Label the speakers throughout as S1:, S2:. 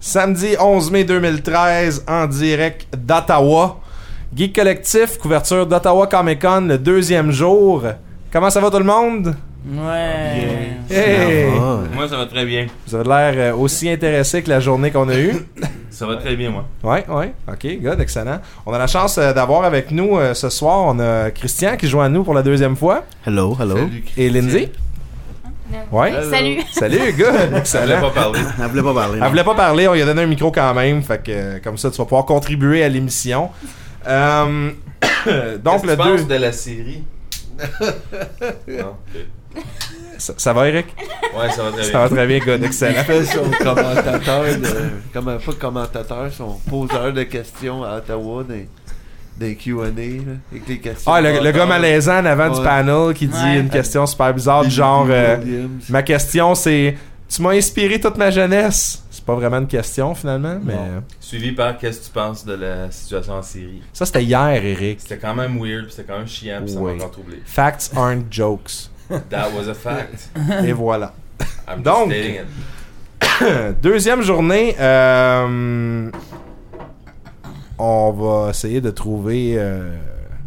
S1: Samedi 11 mai 2013, en direct d'Ottawa. Geek Collectif, couverture d'Ottawa Comic Con le deuxième jour. Comment ça va tout le monde?
S2: Ouais.
S1: Hey!
S3: Moi, ça va très bien.
S1: Vous avez l'air euh, aussi intéressé que la journée qu'on a eue.
S3: Ça va très bien, moi.
S1: Ouais, ouais. OK, good, excellent. On a la chance euh, d'avoir avec nous euh, ce soir, on a Christian qui joue à nous pour la deuxième fois
S4: Hello, hello.
S3: Salut,
S1: et Lindsay. Ouais.
S2: Salut.
S1: Salut, good,
S3: Ça voulait
S1: excellent.
S3: pas parler.
S4: Elle voulait pas parler.
S1: Elle voulait pas parler, on lui a donné un micro quand même, fait que euh, comme ça tu vas pouvoir contribuer à l'émission. Euh, donc
S3: Qu'est-ce
S1: le
S3: que
S1: 2
S3: tu penses de la série. non. ok.
S1: ça, ça va Eric
S3: Ouais, ça va très
S1: Ça va
S3: bien.
S1: très bien, good, excellent.
S5: fait son commentateur de, comme, pas commentateur, son poseur de questions à Ottawa des, des Q&A là, avec les questions.
S1: Ah, le, le gars malaisant en avant du
S5: Ouais.
S1: panel qui dit
S2: Ouais.
S1: une question super bizarre du genre euh, ma question c'est tu m'as inspiré toute ma jeunesse. C'est pas vraiment une question finalement, mais
S3: Non. Suivi par qu'est-ce que tu penses de la situation en série.
S1: ça c'était hier Eric.
S3: C'était quand même weird, puis c'était quand même chiant, puis ça m'a
S1: Oui.
S3: encore troublé.
S1: Facts aren't jokes.
S3: That was a fact.
S1: Et voilà.
S3: I'm just
S1: Donc.
S3: stating it.
S1: Deuxième journée, euh, on va essayer de trouver euh,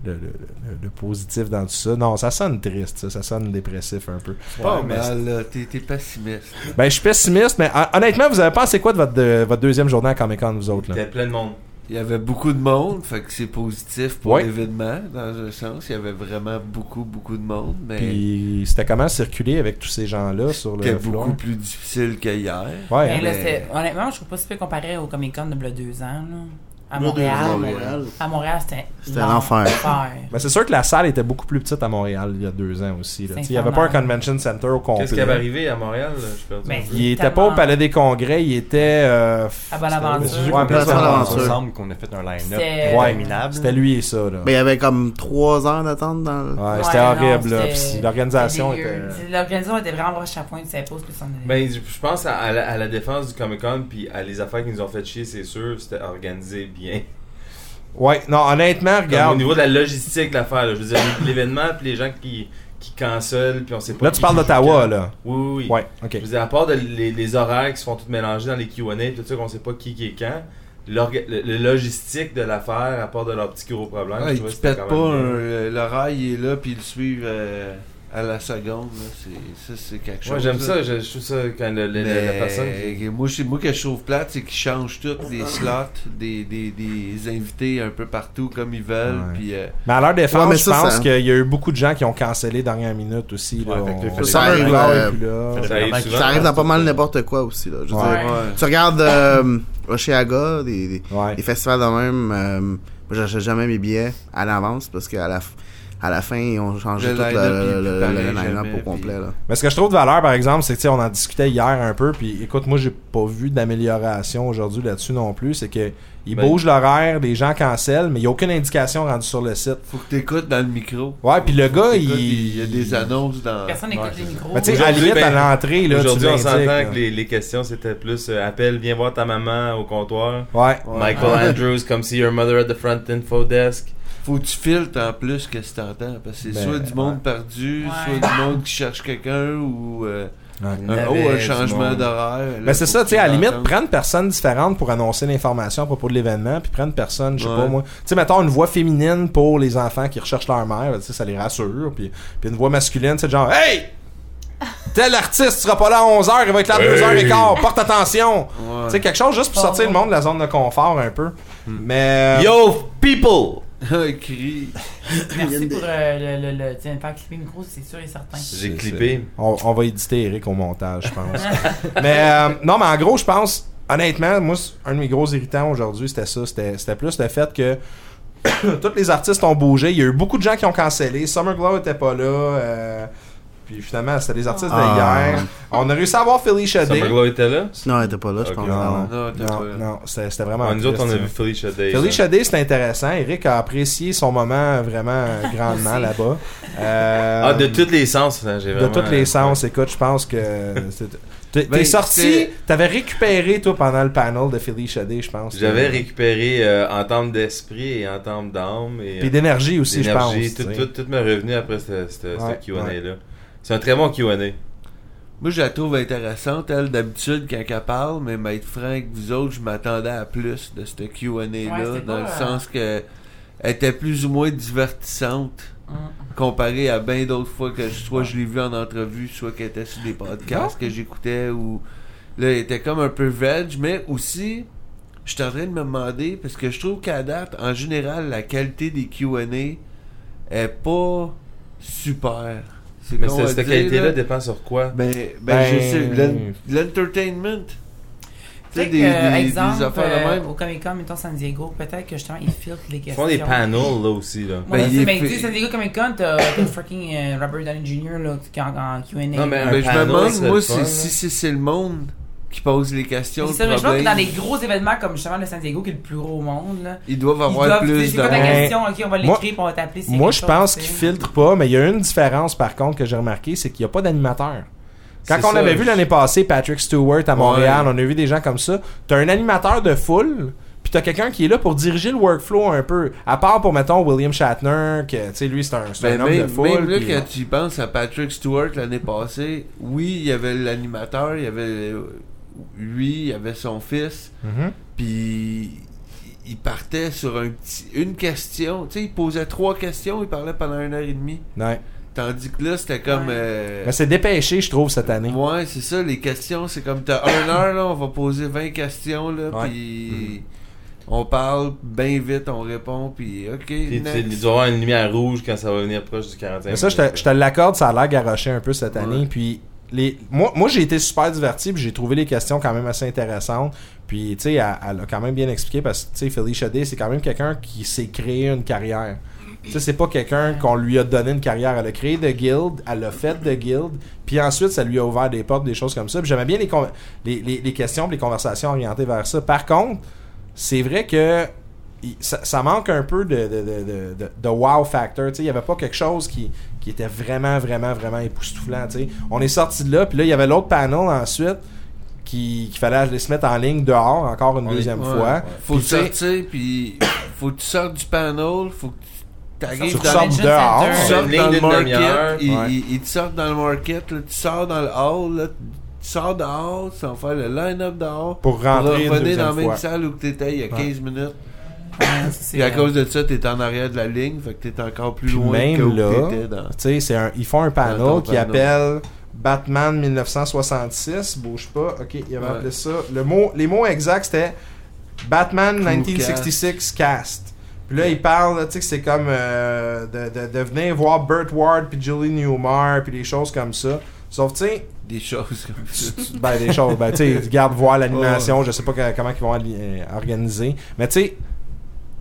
S1: le, le- le- le positif dans tout ça. Non, ça sonne triste, ça, ça sonne dépressif un peu.
S5: Pas mal, là, t'es t'es pessimiste.
S1: Ben, je suis pessimiste, mais hon- honnêtement, vous avez pensé quoi de votre, de- votre deuxième journée à Comic Con, vous autres?
S3: Il y
S1: Là?
S3: a plein de monde.
S5: Il y avait beaucoup de monde, fait que c'est positif pour
S1: Ouais.
S5: l'événement, dans un sens. Il y avait vraiment beaucoup, beaucoup de monde, mais
S1: Puis c'était comment circuler avec tous ces gens-là sur le
S5: c'était
S1: floor?
S5: beaucoup plus difficile qu'hier.
S1: Ouais,
S2: Ben
S1: hein?
S2: là, c'était- honnêtement, je trouve pas si peu comparé au Comic Con de bleu deux ans. Là. À
S4: Bleu deux
S2: Montréal.
S4: ans, Montréal.
S2: À Montréal, c'était.
S4: C'était l'enfer.
S1: Ben, c'est sûr que la salle était beaucoup plus petite à Montréal il y a deux ans aussi. là.
S2: C'est
S1: Tu sais, Il n'y avait pas un
S2: infernal.
S1: convention center au complet.
S3: Qu'est-ce qui avait arrivé à Montréal? là? Je suis perdu.
S2: Ben,
S3: un peu.
S1: Il était pas au Palais des Congrès, il était euh, f-
S2: À Bonaventure.
S1: c'était- Ouais,
S2: J'ai
S4: compris
S1: Place
S4: ça,
S1: Bonaventure.
S4: Bonaventure.
S6: semble qu'on a fait un line-up
S2: C'était-
S1: Ouais.
S6: terminable.
S1: C'était lui et ça là.
S4: Mais il y avait comme 3 heures d'attente dans le...
S1: Ouais, c'était horrible là. Puis L'organisation était
S2: L'organisation était vraiment broche à point, tu savais pas ce que ça en allait.
S3: Ben, je je pense à, à la, à la défense du Comic Con, puis à les affaires qui nous ont fait chier, c'est sûr, c'était organisé bien.
S1: Ouais, non, honnêtement,
S3: Comme au
S1: regarde.
S3: niveau de la logistique, l'affaire, là, je veux dire, l'événement, puis les gens qui, qui cancelent, puis on sait pas.
S1: Là tu
S3: qui
S1: parles
S3: joue
S1: d'Ottawa
S3: quand.
S1: là.
S3: Oui, oui, oui.
S1: Ouais, OK.
S3: Je veux dire, à part de les, les horaires qui se font tout mélanger dans les Q&A, tout ça, qu'on sait pas qui, qui est quand, l'orga- le, le logistique de l'affaire, à part de leurs petits gros problèmes,
S5: Ouais,
S3: je
S5: Ah, ils
S3: trouvais que
S5: te
S3: c'était
S5: pètent
S3: quand
S5: pas,
S3: même
S5: un-
S3: bien.
S5: euh, l'oreille il est là, puis ils le suivent euh, à la seconde. là. C'est- Ça, Ben, c'est quelque chose.
S3: Moi, j'aime
S5: là.
S3: ça, je, je trouve ça quand le- le-
S5: Mais euh,
S3: la personne qui...
S5: moi, je- moi, que je trouve plate, c'est qu'ils changent toutes les slots des, des, des invités un peu partout comme ils veulent.
S1: Ouais.
S5: Puis, euh,
S1: Mais à leur défense,
S4: Ouais, mais
S1: je
S4: ça,
S1: pense
S4: ça-
S1: qu'il y a eu beaucoup de gens qui ont cancellé dernière minute aussi là.
S6: Ouais, fait que
S1: On-
S6: le-
S4: ça
S1: Larry
S4: arrive,
S1: Clark
S4: euh,
S1: est plus là.
S6: fait
S3: Ça arrive
S6: Vraiment,
S3: souvent,
S4: Ça arrive dans
S3: hein,
S4: pas mal
S3: c'est-
S4: n'importe quoi aussi, là. Je veux
S1: Ouais.
S4: dire, tu regardes euh, Oshiaga, des, des,
S1: Ouais.
S4: des festivals de même, euh, moi, j'achète jamais mes billets à l'avance parce qu'à la, f- à la fin, ils ont changé
S5: Le
S4: tout le,
S5: line-up, il est
S4: le,
S5: plus
S4: le-
S5: pareil
S4: le line-up
S5: jamais,
S4: au complet,
S5: puis-
S4: là.
S1: Mais ce que je trouve de valeur, par exemple, c'est que tu sais, on en discutait hier un peu, puis écoute, moi j'ai pas vu d'amélioration aujourd'hui là-dessus non plus. C'est que ils
S3: Ben-
S1: bougent l'horaire, les gens cancellent, mais il n'y a aucune indication rendue sur le site.
S5: faut que t'écoutes dans le micro.
S1: Ouais, puis le gars,
S5: T'écoutes,
S1: Ah, il-
S5: Il y a des annonces dans.
S2: Personne
S5: Ouais,
S2: n'écoute
S5: c'est
S2: les
S5: ça.
S2: micros.
S1: Mais tu sais, à la
S3: Aujourd'hui,
S1: limite,
S3: ben,
S1: à l'entrée, là, tu
S3: Aujourd'hui, on
S1: l'indiques,
S3: s'entend
S1: là.
S3: que les, les questions, c'était plus euh, appel, viens voir ta maman au comptoir.
S1: Ouais.
S3: Michael Andrews, come see your mother at the front info desk.
S5: Faut que tu filtres en plus que tu t'entends. Parce que c'est
S1: Ben,
S5: soit du monde perdu,
S2: Ouais.
S5: soit du monde qui cherche quelqu'un ou euh,
S1: Ben,
S3: Il y
S5: un,
S3: avait
S5: oh, un
S3: du
S5: changement
S3: monde.
S5: d'horaire.
S1: Mais Ben, c'est ça, tu sais, à la
S5: la
S1: limite, prendre personne différente pour annoncer l'information à propos de l'événement, puis prendre personne, je sais pas
S5: Ouais.
S1: moi. Tu sais, mettons une voix féminine pour les enfants qui recherchent leur mère, ben, tu sais, ça les rassure, puis, puis une voix masculine, c'est genre, hey! Tel artiste sera pas là à 11h, il va être là à 2h15, porte attention! Tu sais, quelque chose juste pour sortir le monde de la zone de confort un peu. Mais. euh,
S3: Yo, people!
S5: Un cri.
S2: Merci pour euh, le, le, le, tu sais, me faire clipper le micro, c'est sûr et certain.
S3: J'ai clippé.
S1: On, on va éditer Eric au montage, je pense. mais euh, non, mais en gros, je pense, honnêtement, moi, c'est un de mes gros irritants aujourd'hui, c'était ça. C'était c'était plus le fait que tous les artistes ont bougé. Il y a eu beaucoup de gens qui ont cancellé. Summer Glow était pas là. euh, Puis finalement, c'était des artistes de
S4: Ah.
S1: hier. On a réussi à voir Felicia Day.
S3: Summer Glow était là?
S4: Non, elle était pas là, je
S3: Ok.
S4: pense.
S1: Non,
S4: Non.
S5: Non, Ah, t'as pas-
S1: Non, non, c'était c'était vraiment.
S3: Ah, nous autres, on a
S1: triste,
S3: vu
S1: hein.
S3: Felicia Day.
S1: Felicia Day, c'était intéressant. Eric a apprécié son moment vraiment euh, grandement
S2: Aussi.
S1: là-bas. Euh,
S3: Ah, de tous les sens, hein, j'ai
S1: de
S3: vraiment-
S1: tous les sens. Écoute, je pense que. c'est- T'es
S5: Ben,
S1: t'es sorti,
S5: c'est-
S1: t'avais récupéré, toi, pendant le panel de Felicia Day, je pense.
S3: J'avais récupéré euh, en termes d'esprit et en termes d'âme. Et,
S1: Puis d'énergie aussi, je pense.
S3: L'énergie,
S1: tu
S3: tout,
S1: sais.
S3: tout, tout m'est revenu après ce, ce- ce
S1: Ouais,
S3: Q&A
S1: ouais.
S3: là. C'est un très bon Q&A.
S5: Moi, je la trouve intéressante, elle, d'habitude, quand elle parle, mais maître Frank, vous autres, je m'attendais à plus de cette
S2: Ouais,
S5: Q&A-là,
S2: c'était
S5: dans
S2: pas,
S5: le
S2: euh,
S5: sens que elle était plus ou moins divertissante,
S2: Hum.
S5: comparée à bien d'autres fois que je- soit je l'ai vue en entrevue, soit qu'elle était sur des podcasts que j'écoutais, ou... Là, elle était comme un peu veg, mais aussi, je suis en train de me demander, parce que je trouve qu'à date, en général, la qualité des Q&A est pas super. C'est
S3: Mais
S5: con
S3: ce-
S5: à
S3: cette
S5: dire,
S3: qualité-là
S5: là.
S3: dépend sur quoi?
S5: Ben, ben,
S1: Ben,
S5: je sais, l'en- l'entertainment. Tu sais,
S2: Peut-être
S5: des,
S2: que,
S5: des- des
S2: exemple,
S5: affaires de
S2: euh,
S5: même.
S2: au Comic Con, mettons San Diego, peut-être que justement, ils filtrent les
S3: Ils
S2: questions.
S3: font des panels là aussi. Là.
S2: Ouais,
S5: Ben,
S2: c'est-
S5: il est
S2: mais tu
S5: fait-
S2: sais, San Diego Comic Con, t'as t'as fucking euh, Robert Downey Jr. là, qui est en, en Q&A.
S3: Non, mais
S5: Ben, je me
S3: panel,
S5: demande,
S3: c'est
S5: moi,
S3: le
S5: si,
S3: fun, là.
S5: si, si c'est le monde qui pose les questions,
S2: C'est
S5: le
S2: ça, mais je pense que
S5: problème,
S2: dans les gros événements comme justement le San Diego, qui est le plus gros au monde, là,
S5: ils doivent
S2: ils
S5: avoir
S2: doivent- c'est-
S5: plus
S2: c'est
S5: de...
S2: quoi ta
S1: Ben,
S2: question? Ok, on va
S1: moi-
S2: l'écrire puis on va t'appeler. si
S1: Moi,
S2: quelque
S1: je
S2: chose,
S1: pense
S2: tu
S1: qu'ils
S2: sais.
S1: filtrent pas, mais il y a une différence par contre que j'ai remarqué, c'est qu'il n'y a pas d'animateur. Quand
S3: C'est
S1: on
S3: ça,
S1: avait vu
S3: je-
S1: l'année passée Patrick Stewart à Montréal, on a vu des gens comme ça, t'as un animateur de foule, puis t'as quelqu'un qui est là pour diriger le workflow un peu. À part pour, mettons, William Shatner, que, tu sais, lui, c'est un, c'est
S5: Ben,
S1: un homme de
S5: même,
S1: foule.
S5: même là,
S1: puis-
S5: quand tu y penses à Patrick Stewart l'année passée, oui, il y avait l'animateur, il y avait euh, lui, il y avait son fils,
S1: Mhm.
S5: puis il partait sur un petit, une question. Tu sais, il posait trois questions, il parlait pendant une heure et demie.
S1: Ouais.
S5: Tandis que là, c'était comme...
S2: Ouais.
S5: euh,
S1: Mais Ben, c'est dépêché, je trouve, cette année.
S5: Ouais, c'est ça, les questions, c'est comme t'as une heure, là, on va poser 20 questions, là,
S1: Ouais.
S5: puis on parle bien vite, on répond, puis ok,
S3: Puis tu-
S5: next.
S3: Il doit y avoir une lumière rouge quand ça va venir proche du 45
S1: Mais ça, je te, je te l'accorde, ça a l'air garoché un peu cette année.
S5: Ouais.
S1: Puis, les, moi, moi j'ai été super diverti, puis j'ai trouvé les questions quand même assez intéressantes. Puis, tu sais, elle, elle a quand même bien expliqué parce que, tu sais, Felicia Day, c'est quand même quelqu'un qui s'est créé une carrière. Tu sais, c'est pas quelqu'un qu'on lui a donné une carrière. Elle a créé de Guild, elle a fait de Guild, puis ensuite, ça lui a ouvert des portes, des choses comme ça. Puis j'aimais bien les, con- les, les, les questions, puis les conversations orientées vers ça. Par contre, c'est vrai que il- ça, ça manque un peu de, de, de, de- de- de wow factor. tu sais. Il n'y avait pas quelque chose qui, qui était vraiment, vraiment, vraiment époustouflant. tu sais. On est sorti de là, puis là, il y avait l'autre panel ensuite qui- qu'il fallait aller se mettre en ligne dehors encore une
S3: On est-
S1: deuxième
S5: Ouais.
S1: fois.
S5: Faut
S1: Puis, tu
S5: que tu
S1: sais,
S5: sortir, puis faut que tu sortes du panel, faut que tu
S1: Tu
S5: t'arrives dans
S1: ressortes
S5: le...
S2: Convention
S1: dehors.
S2: Center.
S5: Tu
S3: sors-
S5: sortes
S3: Une ligne
S5: dans le
S3: d'une demi-heure.
S5: market,
S1: Ouais.
S5: ils, ils- ils te sortent dans le market, là, tu sors dans le hall, là, tu sors dehors, sans faire le line-up dehors,
S1: Pour rentrer une
S5: revenir dans la
S1: deuxième
S5: même
S1: fois.
S5: salle où que t'étais il y a
S1: Ouais.
S5: 15 minutes.
S2: Ouais, ça, c'est
S5: Puis à
S2: vrai.
S5: cause de ça, t'es en arrière de la ligne, fait que t'es encore plus
S1: Puis
S5: loin que
S1: même
S5: où
S1: là,
S5: t'étais dans.
S1: tu sais, c'est un- ils font un panel
S5: ton
S1: qui
S5: panel.
S1: appelle Batman 1966. Bouge pas. Ok, il avait
S5: Ouais.
S1: appelé ça. Le mot, les mots exacts c'était Batman
S5: Crew
S1: 1966 cast. Puis là, il parle, tu sais, que c'est comme euh, de, de, de venir voir Burt Ward puis Julie Newmar puis des choses comme ça. Sauf, tu sais,
S5: Des choses comme ça.
S1: tu- ben, des choses. Ben, tu sais, regarde voir l'animation, je sais pas que- comment ils vont ali- euh, organiser. Mais tu sais,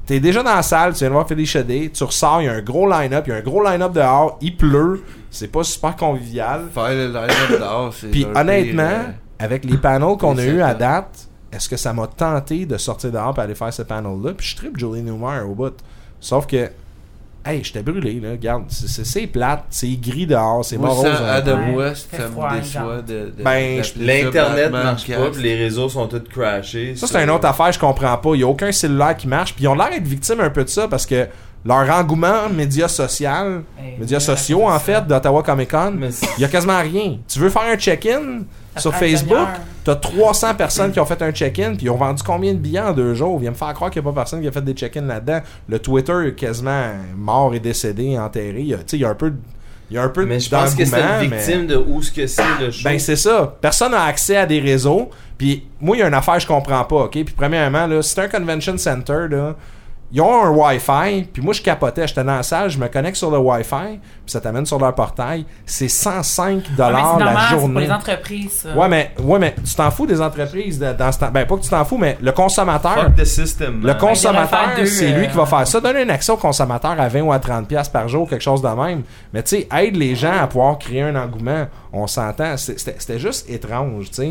S1: t'es déjà dans la salle, tu viens de voir Felicia Day, tu ressors, il y a un gros line-up, il y a un gros line-up dehors, il pleut, c'est pas super convivial.
S5: Faire le line-up dehors, c'est.
S1: Puis
S5: leur
S1: honnêtement,
S5: pire, euh,
S1: avec les panels qu'on a
S5: les
S1: eu à
S5: sept ans.
S1: date, est-ce que ça m'a tenté de sortir dehors pour aller faire ce panel-là? Puis je tripe Jolie Newmar au bout. Sauf que, hey, j'étais brûlé, là, regarde, c'est- c'est c'est plate, c'est gris dehors,
S5: euh,
S1: c'est
S5: moi,
S1: morose.
S5: sans
S1: un peu.
S5: Adam
S2: Ouais,
S5: West,
S2: fait
S5: ça
S2: froid,
S5: me déçoit de. de-
S1: Ben,
S5: d'appeler ça
S3: L'internet
S5: Batman
S3: marche pas,
S5: Cast.
S3: puis les réseaux sont tous crashés.
S1: Ça, c'est une
S3: Euh.
S1: autre affaire, je comprends pas. Il n'y a aucun cellulaire qui marche. Puis ils ont l'air d'être victimes un peu de ça parce que leur engouement médias social,
S2: Eh,
S1: médias
S2: oui,
S1: sociaux
S2: c'est
S1: en
S2: ça.
S1: fait, d'Ottawa Comic Con,
S3: Mais c'est-
S1: il y a quasiment rien. Tu veux faire un check-in
S2: Ça
S1: sur
S2: prend une
S1: Facebook,
S2: demi-heure.
S1: t'as 300 personnes qui ont fait un check-in, puis ils ont vendu combien de billets en deux jours? Viens me faire croire qu'il n'y a pas personne qui a fait des check-in là-dedans. Le Twitter est quasiment mort et décédé, enterré. Il y a- Tu sais, il y a un peu de- il y a un peu
S3: Mais je pense que c'est
S1: d'engouement,
S3: une
S1: mais-
S3: victime de où ce que c'est le show.
S1: ben c'est ça. Personne n'a accès à des réseaux. Puis moi, il y a une affaire que je comprends pas, ok. Puis premièrement là, c'est un convention center là. ils ont un Wi-Fi, puis moi je capotais, j'étais dans la salle, je me connecte sur le Wi-Fi, puis ça t'amène sur leur portail, c'est 105
S2: Ah, mais
S1: dollars
S2: c'est normal,
S1: la
S2: c'est pour
S1: journée.
S2: les entreprises. ça.
S1: Ouais mais ouais mais tu t'en fous des entreprises de- dans ce temps. Ben pas que tu t'en fous mais le consommateur
S3: Fuck the system.
S1: le
S2: Ben,
S3: man.
S1: consommateur,
S2: devrait faire deux,
S1: c'est
S2: euh,
S1: lui qui va faire ça. Donner une action au consommateur à 20 ou à 30 pièces par jour, quelque chose de même. Mais tu sais, aide les gens à pouvoir créer un engouement. On s'entend. C'est- C'était c'était juste étrange, tu sais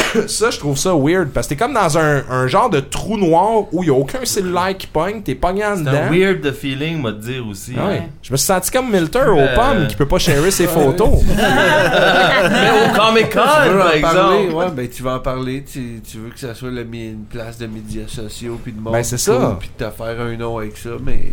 S1: ça, je trouve ça weird parce que t'es comme dans un, un genre de trou noir où il n'y a aucun cellulaire qui pogne, t'es pogné en
S3: C'est
S1: dedans.
S3: un weird the feeling, moi, de dire aussi.
S1: Ah oui.
S2: Ouais.
S1: Je me suis senti comme Milter aux
S3: Euh.
S1: pommes qui peut pas sharer ses photos.
S3: Mais au Comic
S5: tu
S3: Con,
S5: veux
S3: Ah, par
S5: en parler,
S3: exemple.
S5: ouais, ben tu vas en parler, tu, tu veux que ça soit le mi- une place de médias sociaux puis de monde,
S1: Ben, c'est ça. Ben,
S5: cool, puis de te faire un nom avec ça, mais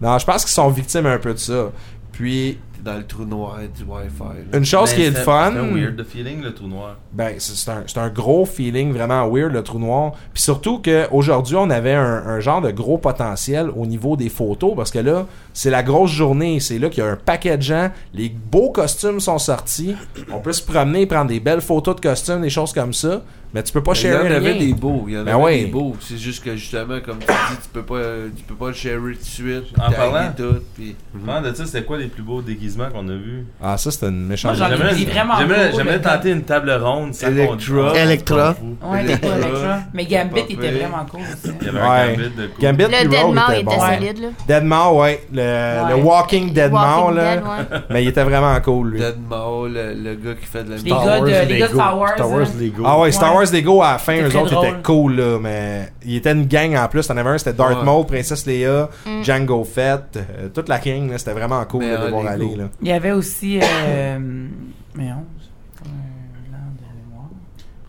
S1: non, je pense qu'ils sont victimes un peu de ça. Puis,
S5: t'es dans le trou noir du Wi-Fi. là.
S1: une chose
S3: Mais
S1: qui est le
S3: Ben, c'est-
S1: fun,
S3: C'est un weird the feeling, le trou noir.
S1: Ben, c'est c'est un, c'est un gros feeling vraiment weird, le trou noir. Puis surtout qu'aujourd'hui, on avait un, un genre de gros potentiel au niveau des photos parce que là, c'est la grosse journée. C'est là qu'il y a un paquet de gens. Les beaux costumes sont sortis. On peut se promener, prendre des belles photos de costumes, des choses comme ça. Mais tu peux pas
S5: Ben, Il y en
S1: sharer
S5: avait
S1: rien.
S5: des beaux, il y en
S1: Ben
S5: avait
S1: ouais.
S5: des beaux. C'est juste que justement, comme tu dis, tu peux pas, tu peux pas le sharer tout de suite, puis
S3: En
S5: taguer
S3: parlant-
S5: tout, puis
S3: Parlant de ça, c'était quoi les plus beaux déguisements qu'on a vus?
S1: Ah, ça, c'était une méchante.
S2: Moi, j'en ai
S3: J'aimerais
S2: des vraiment
S3: j'aimerais-
S2: beaux,
S3: j'aimerais
S2: mais-
S3: tenter une table ronde. sans
S5: Electra.
S3: qu'on dise.
S4: Electra.
S2: Ouais,
S5: Les-
S2: t'es pas Electra. Mais Gambit
S5: Pas
S2: était
S5: pire.
S2: vraiment cool aussi.
S3: Il y avait
S1: Ouais.
S3: un gambit de coupe.
S1: Gambit
S6: Le
S1: puis Rogue
S6: Deadmau,
S1: était
S6: il était
S1: bon.
S6: solide, là.
S1: Deadmau, ouais. Le, le
S6: Ouais.
S1: Walking Deadmau,
S6: Walking
S1: là.
S6: Dead, ouais.
S1: Mais il était vraiment cool, lui.
S5: Dead Mao, le, le gars qui fait de la
S2: Les
S5: musique.
S2: gars de, les gars de
S7: Lego.
S2: Star Wars.
S7: Star Wars
S2: hein.
S7: Lego.
S1: Ah ouais, Star
S2: Ouais.
S1: Wars Lego à la fin,
S2: C'était
S1: eux
S2: très
S1: autres
S2: drôle.
S1: étaient cool là, mais ils étaient une gang en plus. En avait un, c'était Darth
S5: Ouais.
S1: Maul, Princesse Leia,
S6: Mm.
S1: Django Fett, euh, toute la king, là, c'était vraiment cool
S5: Mais
S1: là, de
S5: en
S1: voir
S5: Lego.
S1: aller là.
S2: Il y avait aussi. euh, Mais on. c'est comme un blanc de mémoire.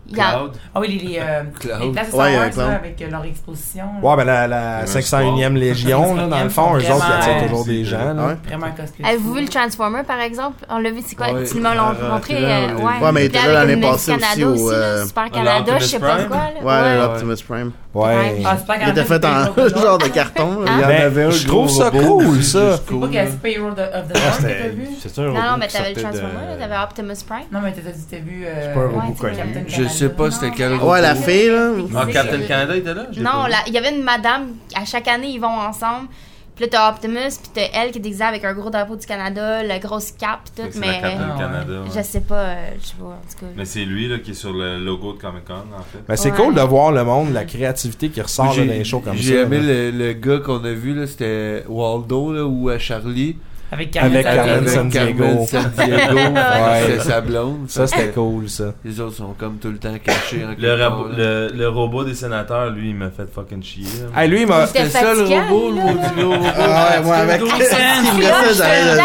S6: Il y a-
S3: Cloud.
S2: Ah oui, les, les, euh,
S5: Cloud.
S2: les places de Star
S4: Ouais, il y avait
S2: Wars, là,
S4: Cloud.
S2: avec euh, leur exposition. là.
S1: Ouais, ben la, la
S3: un
S1: 501e Légion là, dans le fond, eux autres ils attirent
S2: Vraiment,
S1: toujours des gens. là.
S4: Ah ouais?
S2: Vraiment cosplay.
S6: Avez-vous vu le Transformer par exemple On l'a vu, c'est quoi
S5: Ouais,
S6: Tu m'as
S5: Lara
S6: montré.
S5: Croft,
S6: euh,
S5: oui.
S6: ouais.
S4: Ouais, mais il
S6: Puis
S4: était là
S6: avec
S4: l'année
S6: une
S4: passée
S6: Miss Canada
S4: aussi au,
S6: là,
S4: euh,
S6: Super
S3: à
S6: Canada, je sais pas
S3: l'Optimus
S6: quoi. Là.
S4: Ouais,
S6: Ouais.
S4: l'Optimus Prime.
S1: Ouais.
S2: Ah, c'est pas
S4: Il était fait en genre de carton. là.
S6: Ah.
S4: Il y en
S1: Ben,
S4: avait un
S1: je
S4: gros
S1: trouve ça
S4: robot.
S1: cool, ça.
S5: C'est
S2: C'est pas
S5: cool,
S2: qu'il y a
S5: là.
S2: Spyro the- of the
S1: Ah,
S2: Dark que t'as vu
S7: C'est ça, un
S6: Non,
S7: robot
S6: non, mais
S7: qui
S6: t'avais
S7: sortait
S6: le
S7: de-
S6: Transformer, là, t'avais Optimus Prime.
S2: Non, mais t'as dit, t'as vu. euh,
S7: C'est pas un robot
S6: Ouais,
S7: connu.
S6: c'est vrai.
S5: Je sais pas c'était quel
S6: Non,
S5: robot.
S4: Ouais, la fille, là.
S3: Ah,
S6: C'est-
S3: Captain Canada était là? J'ai
S6: Non,
S3: pas vu.
S6: la- il y avait une madame, à chaque année, ils vont ensemble. Puis là, t'as Optimus, puis t'as elle qui est déguisée avec un gros drapeau du Canada, la grosse cape, puis
S3: Fait que
S6: tout,
S3: C'est la
S6: mais euh,
S3: Captain
S2: ouais.
S3: Canada. ouais.
S6: je sais pas, euh, je sais pas, en tout cas.
S3: Mais c'est lui là, qui est sur le logo de Comic Con, en fait.
S1: Ben, c'est
S6: Ouais.
S1: cool de voir le monde, la créativité qui ressort là,
S5: J'ai-
S1: dans les shows comme ça.
S5: J'ai aimé
S1: là.
S5: le, le gars qu'on a vu, là, c'était Waldo là, ou euh, Charlie.
S2: Avec
S1: Avec
S2: Carmen.
S1: Carmen. San Diego.
S5: Carmen San Diego.
S1: Ouais.
S5: C'est sa blonde.
S1: Ça c'était cool ça.
S5: Les autres sont comme tout le temps cachés. en
S3: Le,
S5: quelque part,
S3: rabo-
S5: là.
S3: le, le robot des sénateurs, lui, il m'a fait fucking chier. là.
S1: Hey, lui il m'a
S6: C'était
S5: C'est Ah, ça le
S6: fatigant,
S5: robot, le
S6: là.
S5: maudit gros robot.
S4: Ah ouais, moi avec.
S2: Jackson.
S4: Il me restait, j'avais-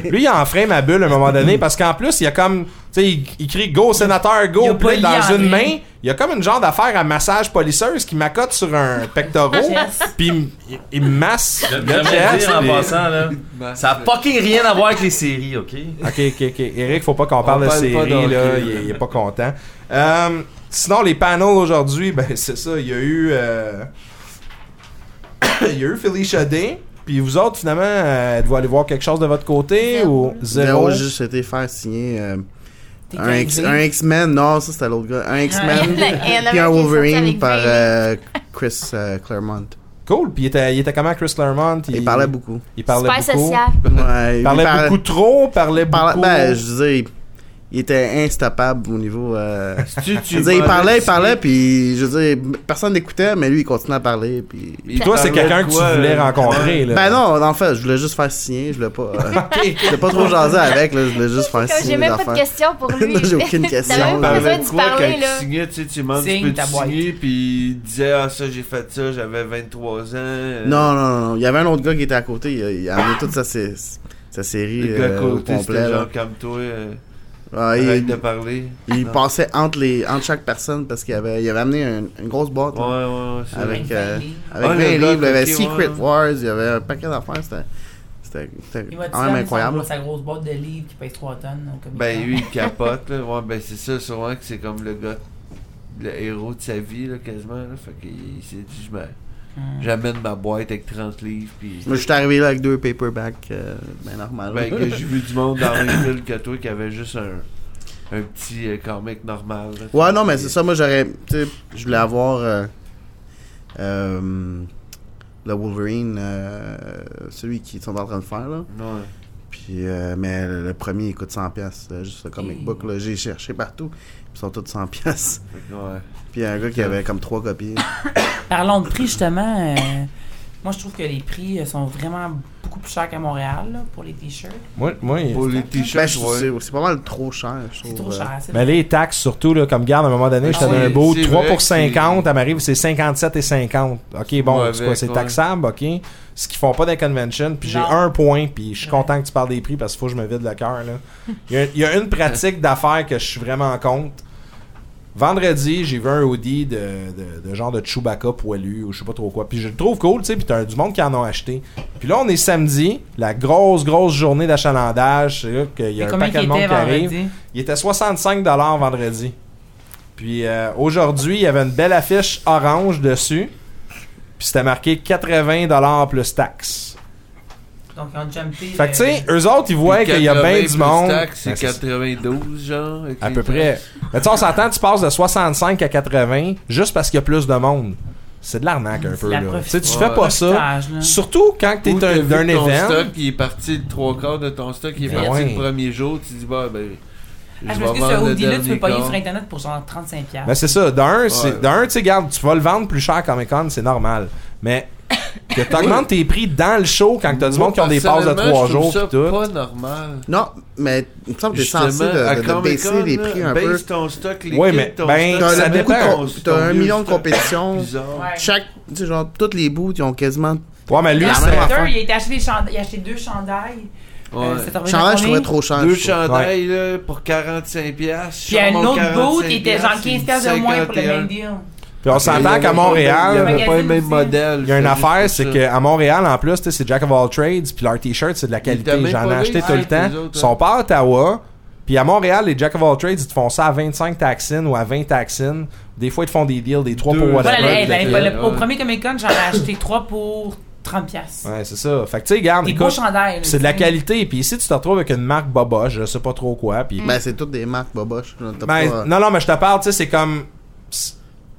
S6: Là,
S1: Lui, il enfreint ma bulle à un moment donné parce qu'en plus, il y a comme. Tu sais, il, il crie Go, sénateur, go,
S2: Il a
S1: puis là,
S2: pas lié
S1: dans
S2: en
S1: une
S2: rien.
S1: main. Il y a comme une genre d'affaire à massage polisseuse qui m'accote sur un pectoral,
S2: Yes.
S1: puis il m- il- il me masse.
S3: J'aime
S1: le
S3: j'aime
S1: chest,
S3: dire en
S1: puis-
S3: passant, là,
S5: ben,
S3: ça a fucking rien à voir avec les séries, ok?
S1: Ok, ok, ok. Eric, faut pas qu'on parle
S5: On
S1: de
S5: parle
S1: série,
S5: pas d'hockey.
S1: là. Il, est- il est pas content. Euh, sinon, les panels aujourd'hui, ben, c'est ça. Il y a eu. euh, il y a eu Felicia Day. Puis vous autres, finalement, euh, êtes-vous allés voir quelque chose de votre côté
S6: Zéro.
S1: ou
S4: Zéro,
S1: zéro?
S4: j'ai juste été faire signer euh,
S2: T'es
S4: un X-
S2: calvé.
S4: un X-Men. Non, ça c'était l'autre gars. Un X-Men.
S6: là.
S4: Puis un Wolverine par
S6: euh...
S4: euh, Chris euh, Claremont.
S1: Cool. Puis il était, il était comment, Chris Claremont?
S4: Il parlait beaucoup.
S1: Il parlait
S6: Super
S1: beaucoup.
S6: social.
S4: Ouais,
S1: Il parlait
S4: par-
S1: beaucoup trop, parlait
S4: par-
S1: beaucoup.
S4: ben, je veux dire, il était instappable au niveau. euh,
S5: Tu-
S4: je
S5: tu
S4: veux dire, il
S5: m'en
S4: parlait, il
S5: as-
S4: parlait, puis je veux dire, personne n'écoutait, mais lui, il continuait à parler. Puis...
S5: Il
S1: Toi, c'est
S5: parlait
S1: quelqu'un
S5: de
S1: que tu
S5: quoi,
S1: voulais
S5: euh,
S1: rencontrer. Là.
S4: Ben non, en fait, je voulais juste faire signer, je voulais pas. euh, je voulais pas trop jaser avec, là, je voulais juste faire
S6: Comme
S4: signer.
S6: J'ai même pas de
S4: l'affaire.
S6: questions pour lui.
S4: Non, j'ai aucune
S5: Il
S4: question.
S6: T'avais même pas
S5: parlait
S6: besoin
S5: de
S6: d'y
S5: quoi
S6: parler,
S5: quand
S6: là.
S5: il signait, tu sais, tu demandes,
S2: Signe
S5: tu peux
S2: ta boîte.
S5: signer, puis il disait, ah, ça, j'ai fait ça, j'avais 23 ans. euh,
S4: Non, non, non, non, il y avait un autre gars qui était à côté, il, il a amené toute sa, sé- sa série
S5: Le gars à
S4: euh, au
S5: côté,
S4: complet.
S5: c'était
S4: là.
S5: genre comme toi, euh,
S4: Ah, il-
S5: arrête de parler.
S4: Il
S5: Non.
S4: passait entre, les, entre chaque personne parce qu'il avait, il avait amené un- une grosse boîte
S5: Ouais,
S4: là,
S5: ouais, ouais, c'est
S4: avec,
S5: vrai.
S4: euh, avec
S5: Ah, le
S4: 20 livres.
S5: bloc,
S4: Il y avait
S5: ok,
S4: Secret
S5: ouais.
S4: Wars, il y avait un paquet d'affaires. C'était, c'était, c'était
S2: Il m'a dit
S4: quand même incroyable.
S2: incroyable. sa grosse boîte de livres qui pèse 3 tonnes. Comme
S5: Ben, lui, il capote, là. Ouais, ben, c'est ça, souvent que c'est comme le gars, le héros de sa vie, là, quasiment, là. Fait qu'il s'est dit, je m'a-
S2: Hmm.
S5: j'amène ma boîte avec 30 livres, puis.
S4: Moi, je suis arrivé là avec deux paperbacks, euh, ben normal.
S5: Ben, que j'ai vu du monde dans la même ville que toi qui avait juste un, un petit euh, comic normal. là.
S4: ouais, non, mais c'est ça. Moi, j'aurais. Tu sais, je voulais avoir. euh, euh, le Wolverine, euh, celui qu'ils sont en train de faire, là.
S5: Ouais.
S4: Puis, euh, mais le le premier, il coûte 100$, piastres, là, juste le comic
S2: Et-
S4: book, là. J'ai cherché partout, puis ils sont tous 100$. piastres.
S5: Fait que, ouais.
S4: Puis, il y a un gars qui avait comme trois copies.
S2: Parlons de prix, justement. euh, moi, je trouve que les prix euh, sont vraiment beaucoup plus chers qu'à Montréal là, pour les t-shirts.
S1: Moi, moi,
S5: Pour les
S4: Ben,
S5: t-shirts,
S4: je-
S5: ouais.
S4: c'est- c'est pas mal trop cher, je trouve.
S2: C'est trop
S4: euh.
S2: cher. c'est
S1: Mais les taxes, surtout, là, comme garde, à un moment donné, je te
S2: Ah
S1: donne
S2: oui,
S1: un beau
S5: c'est
S1: 3
S5: vrai
S1: pour
S5: que
S1: 50, à m'arrive, c'est 57 et 50. OK, bon,
S5: Ouais,
S1: c'est quoi,
S5: avec,
S1: c'est
S5: ouais.
S1: taxable, OK? Ce qu'ils font pas dans les conventions, puis j'ai
S2: Non.
S1: un point, puis je suis
S2: Ouais.
S1: content que tu parles des prix parce qu'il faut que je me vide le cœur, là. Il y a- il y, a une pratique d'affaires que je suis vraiment contre. Vendredi, j'ai vu un hoodie de, de- de genre de Chewbacca poilu ou je sais pas trop quoi. Puis je le trouve cool, tu sais, puis t'as du monde qui en a acheté. Puis là, on est samedi, la grosse, grosse journée d'achalandage. C'est là qu'il y
S2: Mais
S1: a un
S2: combien
S1: paquet de
S2: qu'il
S1: monde qui
S2: était
S1: arrive.
S2: vendredi?
S1: Il était 65 vendredi. Puis euh, aujourd'hui, il y avait une belle affiche orange dessus. Puis c'était marqué 80 plus taxes.
S2: Donc, ils ont jumpé.
S1: Fait que tu
S2: euh,
S1: sais, eux autres, ils voient
S5: Puis
S1: qu'il y a
S5: 80
S1: bien du
S5: plus
S1: monde.
S5: taxes,
S1: Ben,
S5: C'est
S1: c'est-
S5: 92, genre. avec
S1: à
S5: les
S1: peu près.
S5: taxes.
S1: Mais tu sais, on s'entend, tu passes de 65 à 80 juste parce qu'il y a plus de monde. C'est de l'arnaque un
S2: C'est
S1: peu.
S2: la
S1: là.
S2: profi-
S1: Tu sais, tu
S5: Ouais.
S1: fais pas ça.
S2: profitage, là.
S1: Surtout quand t'es
S5: Ou
S1: un-
S5: vu
S1: d'un
S5: que ton
S1: événement.
S5: stock qui est parti le trois quarts de ton stock qui est
S1: Ben
S5: parti
S1: ouais.
S5: le premier jour, tu dis bah ben
S2: Ah,
S5: je
S2: je
S5: vais
S2: pense que
S5: vendre
S2: ce
S5: le
S2: hoodie-là, tu peux
S5: dernier
S2: payer
S5: quart.
S2: sur Internet pour genre 35$. piastres.
S1: Ben c'est ça. D'un,
S5: Ouais.
S1: c'est d'un, tu sais, garde, tu vas le vendre plus cher à Comic Con, c'est normal. Mais que t'augmentes tes prix dans le show quand t'as du monde qui ont des passes de
S5: Personnellement,
S1: 3
S5: je trouve
S1: jours
S5: ça
S1: pis tout.
S5: pas normal.
S4: Non, mais il me semble que t'es
S5: Justement,
S4: censé de,
S5: à
S4: de- de
S5: Comic-Con,
S4: baisser les
S5: là,
S4: prix un
S5: baisse
S4: peu.
S5: ton stock, les
S1: Ouais,
S5: kits,
S1: mais-
S5: ton
S1: ben,
S5: stock,
S1: ça
S4: T'as
S1: dépend.
S4: beaucoup de
S5: ton-
S4: com-
S5: ton
S4: T'as un
S5: vieux
S4: million de
S5: stock.
S4: compétitions.
S5: Bizarre.
S2: Ouais.
S4: Chaque, tu sais, genre, toutes les bouts, ils ont quasiment.
S1: Ouais, mais lui,
S4: La
S2: Là,
S4: même
S1: c'est.
S2: Peter,
S4: affaire.
S2: il a été acheté des chandails- il a acheté deux chandails.
S5: Ouais.
S2: Euh, c'était revenu à
S4: Chandail, je
S2: combien?
S4: trouvais trop cher.
S5: Deux
S4: je trouve.
S5: chandails là, pour 45 pièces.
S2: Puis un autre boot, il était genre 15$ piastres de moins pour le même deal.
S1: Puis on s'entend qu'à
S5: il
S1: Montréal,
S5: avait pas le même
S2: Magazine aussi.
S5: modèle.
S1: il y a une
S5: c'était juste
S1: affaire,
S5: pour
S1: c'est
S5: ça.
S1: qu'à Montréal, en plus, tu sais, c'est Jack of All Trades, puis leur t-shirt, c'est de la qualité.
S5: t'ont même
S1: J'en
S5: pas
S1: ai
S5: vu,
S1: acheté tout le
S5: ouais,
S1: temps.
S5: les autres, hein.
S1: Ils sont pas à Ottawa. Puis à Montréal, les Jack of All Trades, ils te font ça à 25 taxines ou à 20 taxines. Des fois, ils te font des deals, des 3
S3: Deux.
S1: pour
S2: Voilà,
S1: whatever.
S2: le-
S1: de la
S2: le-
S1: clientèle.
S2: le- au
S5: Ouais.
S2: premier Comic Con, j'en ai acheté 3 pour 30$.
S1: Ouais, c'est ça. Fait que tu sais, garde,
S2: Des beaux
S1: écoute,
S2: chandails. là,
S1: Pis c'est de la
S2: tu sais.
S1: qualité. Puis ici, tu te retrouves avec une marque Boba, je sais pas trop quoi. Puis
S5: Mm.
S4: Ben, c'est toutes des marques boboches. là, t'as
S1: Ben,
S4: pas-
S1: non, non, mais je te parle, tu sais, c'est comme.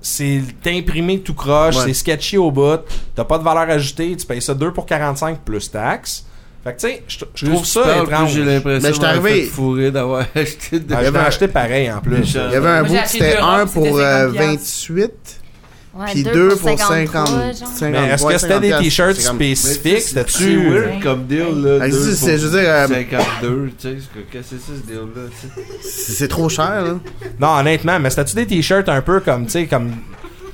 S1: C'est imprimé tout croche,
S4: Ouais.
S1: c'est sketchy au bout, t'as pas de valeur ajoutée, tu payes ça 2 pour 45 plus taxes. Fait que tu sais, je- je
S5: Plus
S1: trouve
S5: tu
S1: ça
S5: parles, plus
S1: étrange.
S5: J'ai l'impression
S4: Mais je suis
S5: d'avoir
S4: arrivé-
S5: fait fourrer d'avoir acheté de
S1: Ah, je l'ai
S4: avait-
S1: acheté pareil en
S5: des
S1: plus.
S5: chandails.
S4: Il y avait un
S2: Moi,
S4: bout
S2: j'ai
S4: qui
S2: acheté
S4: c'était
S2: deux
S4: 1
S2: robes,
S4: pour
S2: c'était
S4: euh,
S2: 50
S4: 28,
S6: Ouais,
S4: puis
S6: deux
S4: 2 pour
S6: 53,
S4: 50.
S6: genre.
S4: 50
S1: Mais est-ce que
S4: ouais,
S1: c'était des
S4: 50,
S1: t-shirts
S4: c'est comme-
S5: Mais
S1: spécifiques
S5: tu sais,
S1: C'était-tu.
S5: C'est weird comme deal, là.
S4: Ah,
S5: deux
S4: c'est-
S5: pour
S4: c'est- je veux dire, euh,
S5: 52, tu sais. c'est que- Qu'est-ce que c'est, ça, ce deal-là, tu sais?
S4: C'est c'est trop cher, là.
S1: Non, honnêtement, mais c'était-tu des t-shirts un peu comme, tu sais, comme.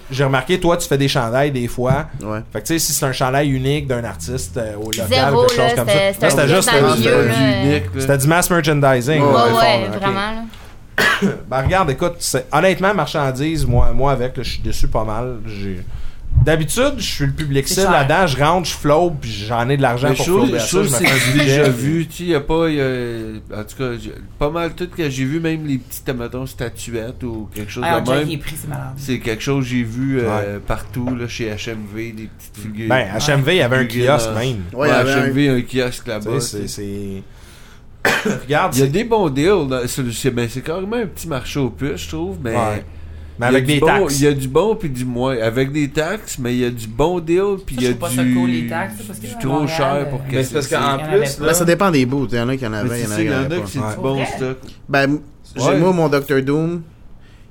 S1: J'ai remarqué, toi, tu fais des chandails des fois.
S4: Ouais.
S1: Fait que tu sais, si c'est un chandail unique d'un artiste euh, au local,
S6: Zéro,
S1: quelque chose
S6: là,
S1: comme ça.
S6: c'était- c'était
S1: Là, C'était juste.
S6: juste dans le
S1: euh,
S6: milieu,
S1: c'était-
S6: là.
S1: C'était du mass merchandising.
S4: Ouais,
S1: là,
S6: Ouais,
S1: au
S6: ouais,
S1: fond, là, ok.
S6: vraiment. là.
S1: Ben regarde, écoute, c'est- honnêtement, marchandise, moi, moi avec, là, je suis déçu pas mal. J'ai- D'habitude, je suis le public
S2: C'est
S1: cible
S2: cher.
S1: là-dedans, je rentre, je flow, puis j'en ai de l'argent
S5: Mais
S1: pour
S5: je trouve-
S1: flow.
S5: je trouve que
S1: me fais un
S5: c'est
S1: budget.
S5: déjà vu, tu sais, y a pas, y a- en tout cas, j'ai- pas mal tout que j'ai vu, même les petites, mettons, statuettes ou quelque chose
S2: Ah,
S5: de
S2: Jack,
S5: même.
S2: il est pris, c'est malade.
S5: C'est quelque chose que j'ai vu euh, partout, là, chez HMV, des petites figures.
S1: Ben, HMV, il y avait un
S5: Figure,
S1: kiosque
S5: euh,
S1: même.
S4: Ouais, il y avait un-
S5: HMV, un kiosque
S1: Tu
S5: là-bas.
S1: sais, c'est.
S5: tu sais.
S1: c'est- regarde,
S5: Il y a
S1: c'est-
S5: des bons deals, là, c'est- c'est ben, c'est carrément un petit marché aux puces, je trouve, mais...
S1: Ouais. mais
S5: Il y a
S1: avec
S5: du
S1: des
S5: bon-
S1: taxes.
S5: Il y a du bon puis du moins. Avec des taxes, mais il y a du bon deal puis
S2: Ça,
S5: il y
S2: je
S5: a
S2: trouve pas
S5: du,
S2: ça cool, les taxes, parce que
S5: du
S2: à
S5: trop
S2: Montréal,
S5: cher pour
S2: euh,
S5: que
S3: Mais c'est parce qu'en
S2: Il y en
S3: plus,
S2: avait
S4: Ben,
S3: là,
S4: ça dépend des bouts. Il y en a qui en
S1: Ah,
S4: avaient,
S1: ben,
S5: Mais
S4: il y
S5: tu sais,
S4: en a qui
S5: il y
S4: en
S5: en
S4: avaient
S5: a
S4: pas.
S5: que c'est
S1: Ouais.
S5: du bon
S2: Ouais.
S5: stock.
S4: Ben,
S5: Ouais.
S4: j'ai moi, mon Doctor Doom,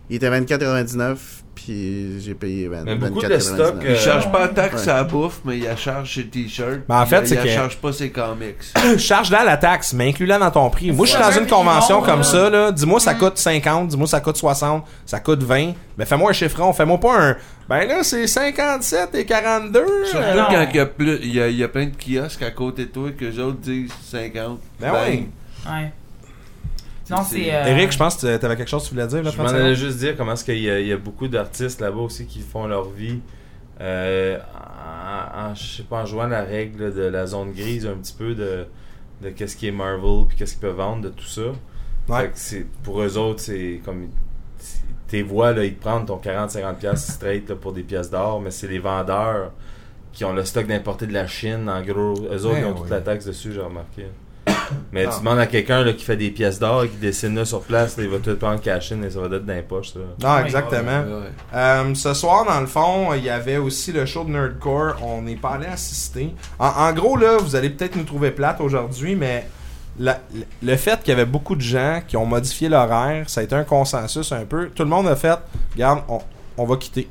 S4: il était 24,99, puis j'ai payé 20
S3: Mais beaucoup de
S4: 24,99.
S3: stock,
S5: Il
S3: euh,
S5: charge pas la taxe
S4: Ouais.
S5: à la bouffe, mais il la charge ses t-shirts.
S1: Mais en
S5: puis
S1: fait,
S5: il
S1: c'est
S5: la
S1: que-
S5: charge pas ses comics.
S2: Ah,
S1: Charge-la la taxe, mais inclus-la dans ton prix. Moi, je suis dans
S2: Ouais,
S1: une convention
S2: minimum,
S1: comme
S2: là.
S1: ça, là. Dis-moi, ça coûte 50, dis-moi, ça coûte 60, ça coûte 20. Mais fais-moi un chiffron, fais-moi pas un. Ben là, c'est 57 et 42. euh,
S5: Surtout
S2: non.
S5: quand il y, a plus, il, y a, il y a plein de kiosques à côté de toi que les autres disent 50.
S1: Ben oui.
S2: Ouais. Non,
S5: C'est-
S2: c'est. euh,
S1: Eric, je pense que t'avais quelque chose que tu voulais dire, là,
S3: je m'en
S1: Francis?
S3: allais juste dire comment est-ce qu'il y, a- il y a beaucoup d'artistes là-bas aussi qui font leur vie euh, en, en- je sais pas, en jouant la règle de la zone grise un petit peu de, de qu'est-ce qui est Marvel puis qu'est-ce qu'ils peuvent vendre de tout ça. Fait
S1: Ouais.
S3: que c'est- pour eux autres, c'est comme c'est- tes voix, là, ils te prennent ton 40-50$ piastres straight là, pour des pièces d'or, mais c'est les vendeurs qui ont le stock d'importer de la Chine, en gros. Eux autres,
S1: Ouais,
S3: ils ont toute
S1: ouais. Ah.
S3: la taxe dessus, j'ai remarqué. Mais
S1: Non.
S3: tu demandes à quelqu'un là, qui fait des pièces d'or et qui dessine là sur place, là, il va tout prendre cash in et ça va être dans les poches. ça.
S1: Non,
S2: Ouais.
S1: Ah, exactement.
S5: Ouais.
S1: Euh, ce soir, dans le fond, il y avait aussi le show de Nerdcore. On n'est pas allé assister. En, en gros, là, vous allez peut-être nous trouver plate aujourd'hui, mais la- le- le fait qu'il y avait beaucoup de gens qui ont modifié l'horaire, ça a été un consensus un peu. Tout le monde a fait, regarde, on, on va quitter.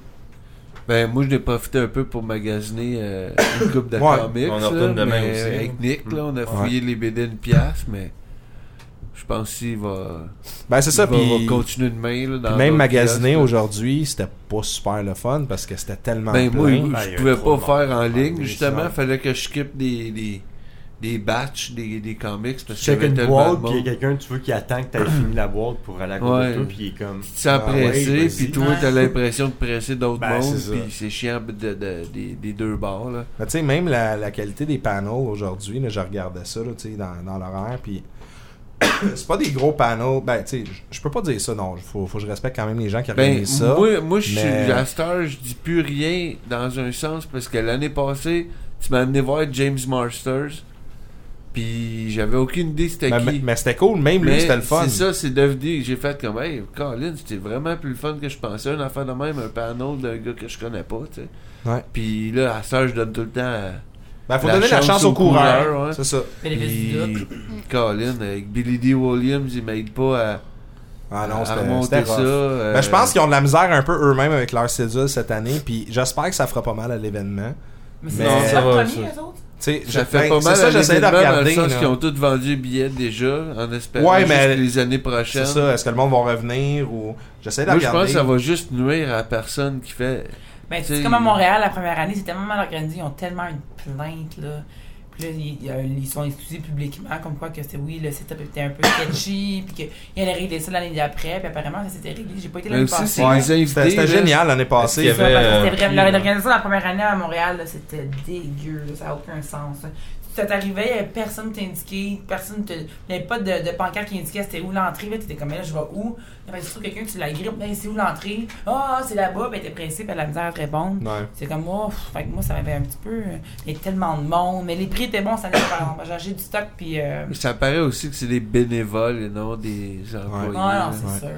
S5: Ben, moi, je n'ai profité un peu pour magasiner euh, une coupe de
S1: Ouais,
S5: comics.
S3: on en retourne
S5: là,
S3: demain
S5: mais euh,
S3: aussi.
S5: Avec Nick, là, on a fouillé les BD une pièce, mais je pense qu'il va,
S1: Ben, c'est ça.
S5: il va-
S1: Puis
S5: va continuer demain. Là, dans
S1: puis même
S5: d'autres
S1: magasiner
S5: kiosques, là.
S1: aujourd'hui, c'était pas super le fun parce que c'était tellement
S5: Ben, moi,
S1: plein.
S5: je-
S3: il y
S5: je
S3: a
S5: pouvais
S3: trop
S5: pas
S3: de
S5: faire en
S3: monde.
S5: ligne.
S3: Ouais,
S5: Justement,
S3: ça.
S5: fallait que je skip des, des, des batchs, des, des comics. Parce que
S7: check
S5: j'avais
S7: une
S5: tellement de
S7: boîte, puis il y a
S5: monde.
S7: quelqu'un, tu veux, qui attend que t'aies fini la boîte pour aller à côté
S5: Ouais.
S7: de toi, puis il est comme.
S5: Tu te sens
S1: Ah
S5: pressé,
S1: ouais, vas-y.
S5: puis toi, t'as l'impression de presser d'autres
S7: Ben,
S5: mondes,
S7: c'est ça.
S5: puis c'est chiant de, de- de- des, des deux bords. Là.
S1: Mais tu sais, même la, la qualité des panels aujourd'hui, là, je regardais ça là, tu sais, dans, dans l'horaire, puis c'est pas des gros panels. Ben, tu sais, j- je peux pas dire ça, non. Faut, faut que je respecte quand même les gens qui
S5: Ben,
S1: organisent ça.
S5: moi, moi je suis
S1: mais-
S5: à cette heure, je dis plus rien dans un sens parce que l'année passée, tu m'as amené voir James Masters, puis j'avais aucune idée c'était
S1: Ben,
S5: qui.
S1: mais mais c'était cool, même lui,
S5: Mais
S1: c'était le fun.
S5: C'est ça, c'est devenu. J'ai fait comme, hey, Colin, c'était vraiment plus le fun que je pensais. Un affaire de même, un panel d'un gars que je connais pas, tu sais.
S1: Ouais.
S5: Puis là, à cette heure, je donne tout le temps. à-
S1: Ben, faut
S5: La
S1: donner la
S5: chance
S1: chance
S5: au
S1: aux coureurs.
S5: coureur, ouais.
S1: C'est ça.
S2: Télévis du
S5: Puis,
S2: doute.
S5: Colin, avec Billy D. Williams, il m'aide pas à,
S1: Ah non,
S5: à
S1: c'était-
S5: remonter
S1: c'était
S5: ça.
S1: rough.
S5: euh,
S1: Ben, je pense qu'ils ont de la misère un peu eux-mêmes avec leur cédule cette année, puis j'espère que ça fera pas mal à l'événement. Mais-
S2: Mais c'est
S3: ça
S2: ça
S3: va,
S2: le
S3: ça.
S2: premier, les autres?
S1: Tu sais, je-
S5: Ça fait
S1: ben,
S5: pas
S1: c'est
S5: mal
S1: ça,
S5: à
S1: j'essaie de
S5: l'événement dans le
S1: regarder.
S5: sens
S1: là.
S5: qu'ils ont tous vendu les billets déjà, en espérant
S1: Ouais,
S5: juste
S1: mais-
S5: que les années
S1: C'est
S5: prochaines.
S1: ça. Est-ce que le monde va revenir ou j'essaie de
S5: Moi, je
S1: regarder.
S5: pense que ça va juste nuire à la personne qui fait...
S2: Ben,
S5: T'sais,
S2: c'est comme à Montréal, la première année, c'est tellement mal organisé, ils ont tellement une plainte, là. Puis là, ils, euh, ils sont excusés publiquement, comme quoi que c'est oui, le setup était un peu sketchy, puis qu'ils allaient régler ça l'année d'après, puis apparemment, ça s'était réglé. J'ai pas été l'année
S5: Même si
S2: passée.
S5: c'est
S1: Ouais,
S5: les invités...
S1: C'était c'était
S5: là,
S1: génial l'année passée.
S3: qu'il y
S2: C'est ça,
S3: avait,
S2: parce que
S3: euh,
S2: c'était vraiment-
S3: pris,
S2: leur organisation la première année à Montréal, là, c'était dégueu, là, ça n'a aucun sens. là. Tu t'es arrivé, il y avait personne t'indiquait, personne te. Il n'y avait pas de, de pancarte qui indiquait c'était où l'entrée, là, t'étais comme, Mais là, je vais où? Après, si tu trouves quelqu'un, tu la grippes, ben, c'est où l'entrée? Ah, c'est là-bas, ben, t'es pressé, ben, la misère à te répondre.
S1: Ouais.
S2: C'est comme moi, pff, fait que moi ça m'avait un petit peu. euh, Il y a tellement de monde, mais les prix étaient bons, ça allait pas. J'ai acheté du stock, puis. euh,
S5: Ça paraît aussi que c'est des bénévoles et non des employés.
S2: Ouais,
S5: là.
S2: Ah, non, c'est
S1: Ouais.
S2: sûr.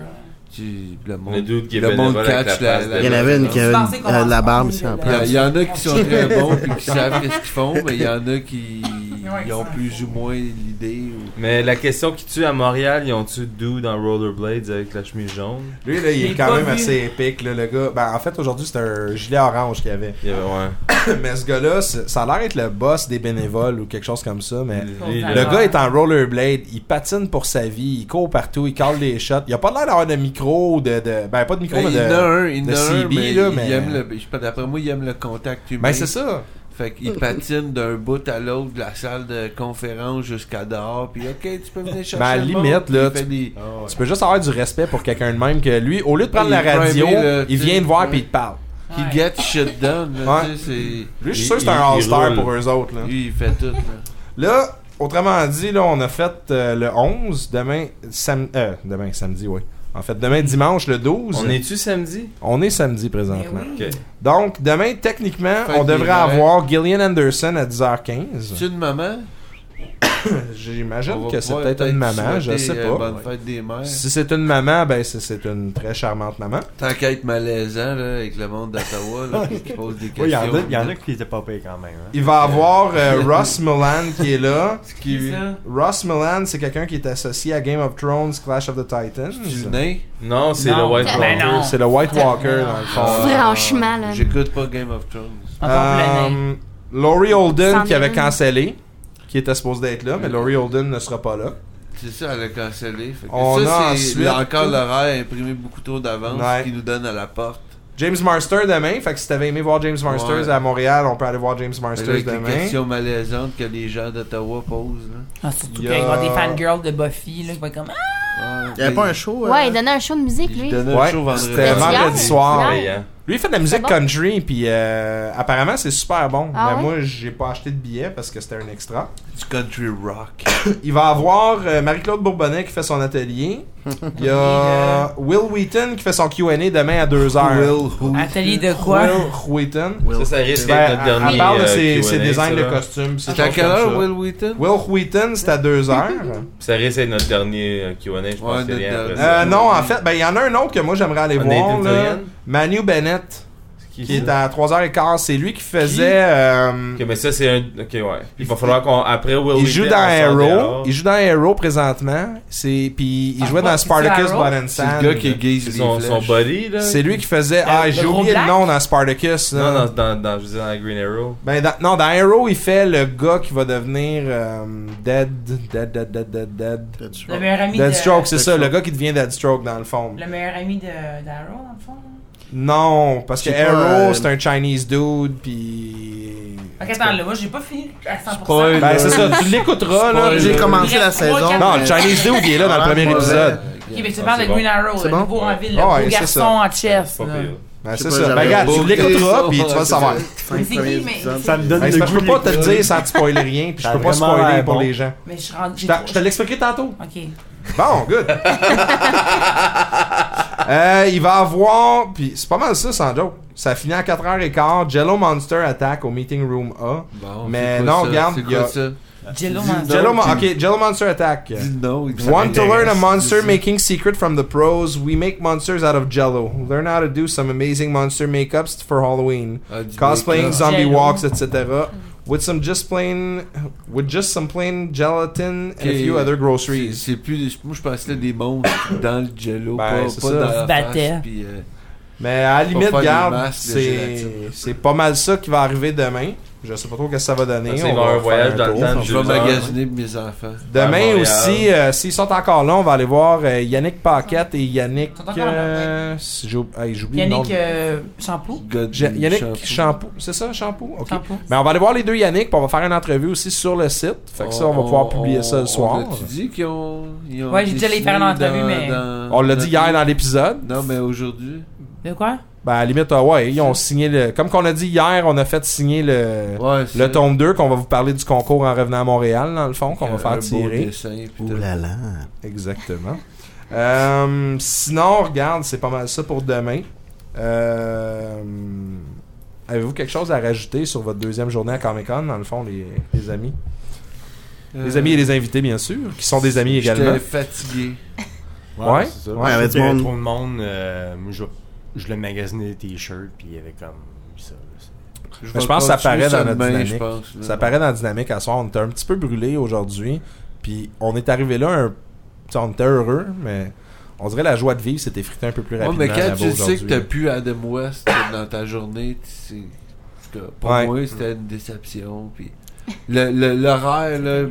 S5: Tu- le
S3: Le
S5: monde-
S3: dude qui est
S5: Le monde
S3: bénévole avec
S5: catch
S3: la
S5: la-
S3: face
S5: la-
S3: de-
S4: Il y en avait une qui
S2: Tu
S4: avait
S2: pensais
S4: une-
S2: qu'on
S4: euh, de la
S2: en
S4: barbe,
S2: parlait,
S4: c'est un
S2: là,
S5: Il y, a-
S4: peu.
S5: il y en a qui sont très bons et qui savent ce qu'ils font, mais il y en a qui
S2: Ouais,
S5: ils ont plus ou moins l'idée. ou-
S3: Mais la question qui tue à Montréal, ils ont-tu dude dans Rollerblades avec la chemise jaune
S1: Lui, là, il
S2: Je
S1: est
S2: l'ai
S1: quand
S2: pas
S1: même
S2: vu.
S1: assez épique, là, le gars. Ben, en fait, aujourd'hui, c'était un gilet orange qu'il avait.
S3: Il y avait, ouais.
S1: mais ce gars-là, c'est- ça a l'air d'être le boss des bénévoles ou quelque chose comme ça, mais...
S5: Mm.
S3: Lui,
S2: Le
S1: Le
S3: là,
S1: gars est en rollerblade, il patine pour sa vie, il court partout, il cale des shots. Il a pas l'air d'avoir de micro ou de, de- Ben, pas de micro,
S5: Ben,
S1: mais
S5: il
S1: de...
S5: y en a un, il y en
S1: de
S5: a un,
S1: CB,
S5: mais,
S1: là,
S5: il
S1: mais-
S5: aime le, je sais pas, d'après moi, il aime le contact humain.
S1: Ben, c'est ça.
S5: Fait qu'il patine d'un bout à l'autre de la salle de conférence jusqu'à dehors, puis OK, tu peux venir chercher
S1: Ben, à
S5: le
S1: limite,
S5: monde, puis
S1: là,
S5: il fait des-
S1: Tu peux juste avoir du respect pour quelqu'un de même que lui. Au lieu de prendre
S5: Il est
S1: la radio,
S5: primé, là,
S1: il
S5: tu
S1: vient
S5: sais.
S1: te voir
S5: Ouais.
S1: puis il te parle.
S5: He gets shit done, là,
S1: Ah. Ouais.
S5: tu sais,
S1: Lui, je suis
S3: Il-
S1: sûr que c'est
S3: il-
S1: un
S3: il
S1: all-star
S3: roule.
S1: pour eux autres, là.
S5: c'est... Lui, il fait tout, là.
S1: Là, autrement dit, là, on a fait euh, le 11, demain, sam euh, demain samedi, oui. En fait, demain
S5: Mm-hmm.
S1: dimanche, le 12.
S3: On est-tu samedi
S1: On est samedi
S2: Mais
S1: présentement.
S2: oui.
S3: Ok.
S1: Donc, demain, techniquement,
S5: Fête
S1: on
S5: des
S1: devrait
S5: mères.
S1: avoir Gillian Anderson à 10h15.
S5: C'est une maman? On
S1: J'imagine
S5: va
S1: que c'est
S5: pouvoir
S1: peut-être une maman, je
S5: souhaiter,
S1: sais
S5: euh,
S1: pas.
S5: Bonne fête des mères.
S1: Si c'est une maman, ben c'est- c'est une très charmante maman.
S5: Tant qu'à être malaisant, là, avec le monde d'Ottawa, là, qui pose des questions.
S7: Ouais, il y en a- il y, en a qui étaient pas payés quand même. hein.
S1: Il va avoir euh, Ross Milan qui est là.
S2: Qui ça?
S1: Ross Milan, c'est quelqu'un qui est associé à Game of Thrones, Clash of the Titans.
S5: Tu le nez?
S3: Non, c'est le
S2: Non.
S3: White
S6: Ben
S3: Walker.
S2: non. Ah.
S1: C'est le White Walker dans le fond.
S6: Franchement, là.
S5: Ah. J'écoute pas Game of Thrones.
S2: Encore plus l'année.
S1: Euh, Laurie Holden
S6: Sans
S1: qui avait
S6: mine.
S1: cancellé, qui était supposé être là, mais Laurie Holden ne sera pas là.
S5: C'est ça, elle a cancellé. Fait que
S1: On
S5: ça,
S1: a
S5: c'est
S1: ensuite-
S5: encore l'horaire imprimé beaucoup trop d'avance
S1: Ouais.
S5: qui nous donne à la porte.
S1: James Marster demain, fait que si t'avais aimé voir James Marsters
S5: Ouais.
S1: à Montréal, on peut aller voir James Marsters
S5: Avec des
S1: demain.
S5: questions malaisantes que les gens d'Ottawa posent.
S2: Ah, surtout
S1: Il y
S2: qu'il va y avoir des
S1: a-
S2: fangirls de Buffy, là, qui vont être comme Ah!
S5: Là.
S4: Il y avait pas un show. euh,
S6: Ouais, il donnait un show de musique,
S5: Il
S6: lui.
S5: donnait un
S1: Ouais,
S5: show vendredi.
S1: c'était
S6: C'était
S1: vendredi
S6: hier?
S1: soir.
S6: Ouais.
S3: Hey, hein.
S1: Lui, il fait de la musique
S6: bon?
S1: country, puis euh, apparemment, c'est super bon.
S6: Ah
S1: mais
S6: ouais?
S1: moi, j'ai pas acheté de billets parce que c'était un extra.
S5: Du country rock.
S1: Il va avoir euh, Marie-Claude Bourbonnais qui fait son atelier. Il y a
S6: euh,
S1: Will Wheaton qui fait son Q&A demain à 2h.
S4: Will who?
S2: Atelier de quoi?
S1: Will Wheaton.
S3: Ça, ça risque
S1: Ben,
S3: d'être notre
S1: elle-
S3: dernier.
S1: elle parle de
S3: euh,
S1: ses, ses
S3: Q&A,
S1: designs
S3: ça,
S1: de
S3: là.
S1: costumes. pis ses
S5: C'est à
S1: choses
S5: quelle
S1: comme
S5: heure,
S1: ça.
S5: Will Wheaton?
S1: Will Wheaton, c'est à 2h.
S3: Ça risque d'être notre dernier euh, Q&A, je pense.
S5: Ouais,
S3: que c'est bien
S5: notre-
S3: après ça.
S1: Euh, non, en fait, ben, il y en a un autre que moi j'aimerais aller voir.
S3: Nathan
S1: là.
S3: Fillion?
S1: Manu Bennett, qui est
S3: ça?
S1: à 3h15. C'est lui qui faisait. euh,
S3: Ok, mais ça, c'est un. Ok, ouais. Il va falloir qu'on. Après Will
S1: il joue dans Arrow. Il joue dans Arrow présentement. C'est puis il
S2: Ah,
S1: jouait
S2: ouais,
S1: dans
S2: c'est-tu
S1: Spartacus
S2: Arrow?
S1: Blood and
S5: C'est le
S1: Sand.
S5: gars qui aiguise
S3: C'est
S5: les
S3: son, son
S5: flèches.
S3: body, là.
S1: C'est lui qui faisait. Ah,
S2: le
S1: j'ai
S2: gros
S1: oublié le
S2: black?
S1: nom dans Spartacus. là.
S3: Non, dans, dans, dans, je veux dire, dans Green Arrow.
S1: Ben, dans- non, dans Arrow, il fait le gars qui va devenir euh, Dead, Dead, Dead, Dead, Dead, Dead.
S4: That's
S2: Le
S4: right.
S2: meilleur ami de...
S1: Deathstroke, c'est ça,
S4: Deathstroke.
S1: le gars qui devient Deathstroke dans le fond.
S2: Le meilleur ami de d'Arrow, dans le fond. là.
S1: Non, parce que
S4: Je sais pas,
S1: Arrow,
S4: euh,
S1: c'est un Chinese dude, puis.
S2: Ok, attends, là, moi, j'ai pas fini à 100%.
S5: Spoil.
S1: Ben, c'est ça, tu l'écouteras, là.
S4: J'ai commencé
S2: Il
S4: la
S2: reste trois,
S4: saison.
S2: quatre-
S1: Non,
S4: mais-
S1: le Chinese dude, il est là dans le premier
S4: Ouais.
S1: épisode.
S2: Ok, mais tu
S3: Ah,
S2: parles
S3: c'est
S2: de
S3: bon.
S2: Green Arrow,
S4: C'est
S2: le
S4: bon?
S2: nouveau en ville, le
S1: Ouais, c'est
S2: beau garçon
S1: ça.
S2: en
S3: C'est
S2: chess.
S3: pas
S2: là.
S3: pire.
S1: Ben, c'est
S4: Je sais pas,
S1: ça. Ben,
S4: j'avais
S1: regarde, tu
S4: beau
S1: l'écouteras,
S4: dire
S1: puis
S4: ça,
S1: tu vas le
S4: ouais,
S1: savoir.
S4: c'est ça.
S6: Mais
S4: Cinq
S6: c'est
S4: premiers
S6: qui, mais-
S4: épisodes.
S7: Ça me donne
S1: Ben,
S7: le
S1: c'est parce
S7: goût
S1: que je peux
S7: de
S1: pas te le
S7: l'écouter.
S1: dire sans te spoiler rien, puis je
S7: Ça
S1: peux
S7: a
S1: pas
S7: vraiment
S1: spoiler
S7: l'air
S1: pour
S7: bon.
S1: les gens.
S2: Mais je suis rendu.
S1: Je t'a- je te l'expliquerai tantôt.
S2: Ok.
S1: Bon, good. Euh, il va avoir. Puis c'est pas mal ça, sans joke. Ça finit à 4h15. Jello Monster attaque au Meeting Room A.
S5: Bon,
S1: Mais
S5: c'est quoi
S1: non,
S5: ça?
S1: regarde,
S5: C'est
S1: il y a-
S5: quoi ça?
S2: Jello
S5: Dis-
S2: Monster.
S1: Jello, Mon-
S5: Ah, tu-
S1: ok, Jello Monster attaque.
S5: Dis non. il-
S1: Want to learn a
S5: m'intéresse,
S1: monster
S5: dis-le.
S1: making secret from the pros? We make monsters out of jello. Learn how to do some amazing monster makeups for Halloween.
S5: Ah, du
S1: Cosplaying
S3: uh,
S5: make-up.
S1: zombie
S2: Jello.
S1: walks, etc. With some just plain, with just some plain gelatin and a
S5: Ok.
S1: few other groceries.
S5: C'est c'est plus. Moi, je pensais des monstres dans le jello,
S1: Ben,
S5: pas,
S1: c'est
S5: pas
S1: ça.
S5: dans la
S2: Ils se battaient.
S5: face, puis, euh,
S1: Mais à la limite,
S5: faire des
S1: garde,
S5: masses de
S1: c'est
S5: gélatine.
S1: c'est pas mal ça qui va arriver demain. Je sais pas trop qu'est-ce que ça va donner.
S3: Ça, c'est
S1: On
S3: vers un
S1: va
S3: voyage
S1: faire
S3: dans le
S1: tour.
S3: temps de
S5: je
S3: deux
S5: vais
S3: heures.
S5: magasiner pour mes enfants.
S3: À
S1: Demain
S3: Montréal.
S1: aussi, euh, s'ils sont encore là, on va aller voir euh, Yannick Paquette et Yannick.
S2: Ils sont encore là,
S1: euh, si j'oub- hey, J'oublie le nom.
S2: Yannick euh, Shampoo.
S5: God,
S1: Ja- Yannick
S5: shampoo.
S1: Shampoo, c'est ça, Shampoo? Ok.
S2: Shampoo.
S1: Mais on va aller voir les deux Yannick, puis on va faire une entrevue aussi sur le site. Fait que ça, on va pouvoir
S5: Oh,
S1: publier ça le soir.
S5: Tu dis qu'ils ont, ils ont
S2: Ouais, j'ai déjà les faire
S5: dessiné
S2: l'entrevue,
S5: dans-
S2: mais-
S5: dans-
S1: On l'a
S5: dans-
S1: dit hier dans l'épisode.
S5: Non, mais aujourd'hui.
S2: De quoi?
S1: Ben, à la limite, ah ouais, ils ont signé le. Comme qu'on a dit hier, on a fait signer le.
S5: Ouais,
S1: Le tome 2, qu'on va vous parler du concours en revenant à Montréal, dans le fond, qu'on va faire tirer.
S4: Ouh là là.
S1: Exactement. Euh, sinon, regarde, c'est pas mal ça pour demain. Euh, Avez-vous quelque chose à rajouter sur votre deuxième journée à Comic Con, dans le fond, les, les amis
S5: Euh,
S1: Les amis et les invités, bien sûr, qui sont des amis également.
S5: J'étais fatigué.
S1: Ouais.
S7: c'est ça.
S1: Ouais,
S7: Je
S4: avec
S7: sais qu'il y
S4: du
S7: avait
S4: monde.
S7: trop de monde. euh, moi, je, je le magasinais des t-shirts, puis il y avait comme ça. c'est-
S1: Mais je pense que ça paraît dans notre
S5: dynamique.
S1: dynamique. Ça paraît dans la dynamique à soir. On était un petit peu brûlé aujourd'hui. Puis on est arrivé là, un... tu sais, on était heureux, mais on dirait la joie de vivre s'est effritée un peu plus
S5: Ouais,
S1: rapidement.
S5: mais quand
S1: là-bas
S5: tu sais que
S1: aujourd'hui.
S5: t'as pu Adam West dans ta journée, tu sais, en tout cas, pour
S1: Ouais.
S5: moi, c'était une déception. Puis le- le- l'horaire, là,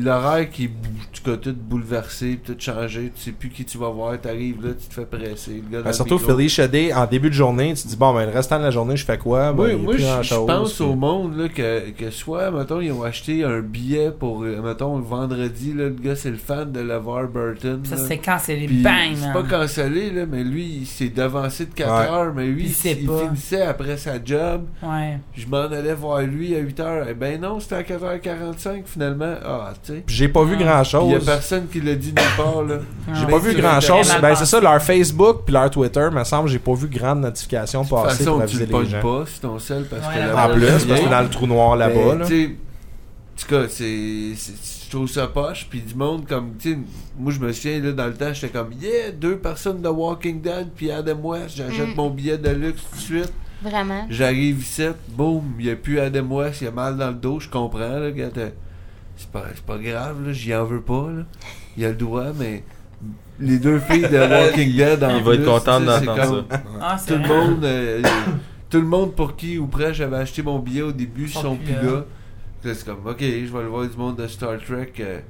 S5: l'horaire qui est bou- en tout cas, tout bouleversé, puis tout changé, tu sais plus qui tu vas voir, t'arrives là, tu te fais presser. Le gars dans
S1: Ben,
S5: le
S1: surtout
S5: micro.
S1: Philly Shadé, en début de journée, tu te dis bon ben le restant de la journée je fais quoi? Ben,
S5: Moi,
S1: il y a
S5: moi
S1: plus
S5: je, je
S1: grand-chose,
S5: pense
S1: puis-
S5: au monde là, que, que soit, mettons, ils ont acheté un billet pour, euh, mettons, le vendredi, là, le gars, c'est le fan de LeVar Burton.
S2: Ça,
S5: là.
S2: c'est cancellé.
S5: Euh, Puis,
S2: Bang!
S5: c'est
S2: man.
S5: pas cancellé, là, mais lui, il s'est devancé de 4
S1: Ouais.
S5: heures, mais lui,
S2: Il
S5: il,
S2: sait
S5: il
S2: pas.
S5: finissait après sa job.
S2: Ouais.
S5: Je m'en allais voir lui à 8 heures. Eh ben non, c'était à 4h45 finalement. Ah, tu sais.
S1: Puis j'ai pas vu grand
S2: Ah.
S5: Il y a
S1: chose.
S5: personne qui l'a dit nulle part, là.
S1: J'ai
S5: Ah. Mais
S1: pas
S5: tu
S1: vu
S5: l'as
S1: grand chose.
S2: vraiment
S1: Ben
S2: pensé.
S1: c'est ça, leur Facebook puis leur Twitter, me semble, j'ai pas vu grande notification
S5: De toute
S1: passer pour
S5: façon, tu
S1: aviser
S5: le
S1: les
S5: pognes
S1: gens.
S5: pas, c'est ton seul, parce
S2: Ouais,
S5: que
S2: la
S5: là-bas,
S1: En plus,
S5: il y a
S1: parce que
S5: rien.
S1: dans le trou noir là-bas,
S5: Mais,
S1: là.
S5: tu sais, En tout cas, c'est, c'est- je trouve ça poche. Puis du monde, comme, tu sais, moi je me souviens, là, dans le temps, j'étais comme, yeah, deux personnes de Walking Dead, puis Adam West, j'achète
S6: Mm.
S5: mon billet de luxe tout de suite.
S6: Vraiment.
S5: J'arrive ici, boum, il n'y a plus Adam West, il y a mal dans le dos, je comprends, là, quand t'as- c'est pas, c'est pas grave, là, j'y en veux pas, là. Il y a le doigt, mais les deux filles de Walking Dead en
S3: Il va être
S5: plus,
S3: content
S5: tu sais, c'est
S3: d'entendre
S5: comme-
S3: ça.
S2: Ah, c'est
S5: Tout le
S2: vrai.
S5: monde, euh, tout le monde pour qui ou près j'avais acheté mon billet au début, ils
S2: Sont
S5: sont
S2: plus
S5: plus
S2: là.
S5: là. Là, C'est comme, ok, je vais le voir du monde de Star Trek. euh,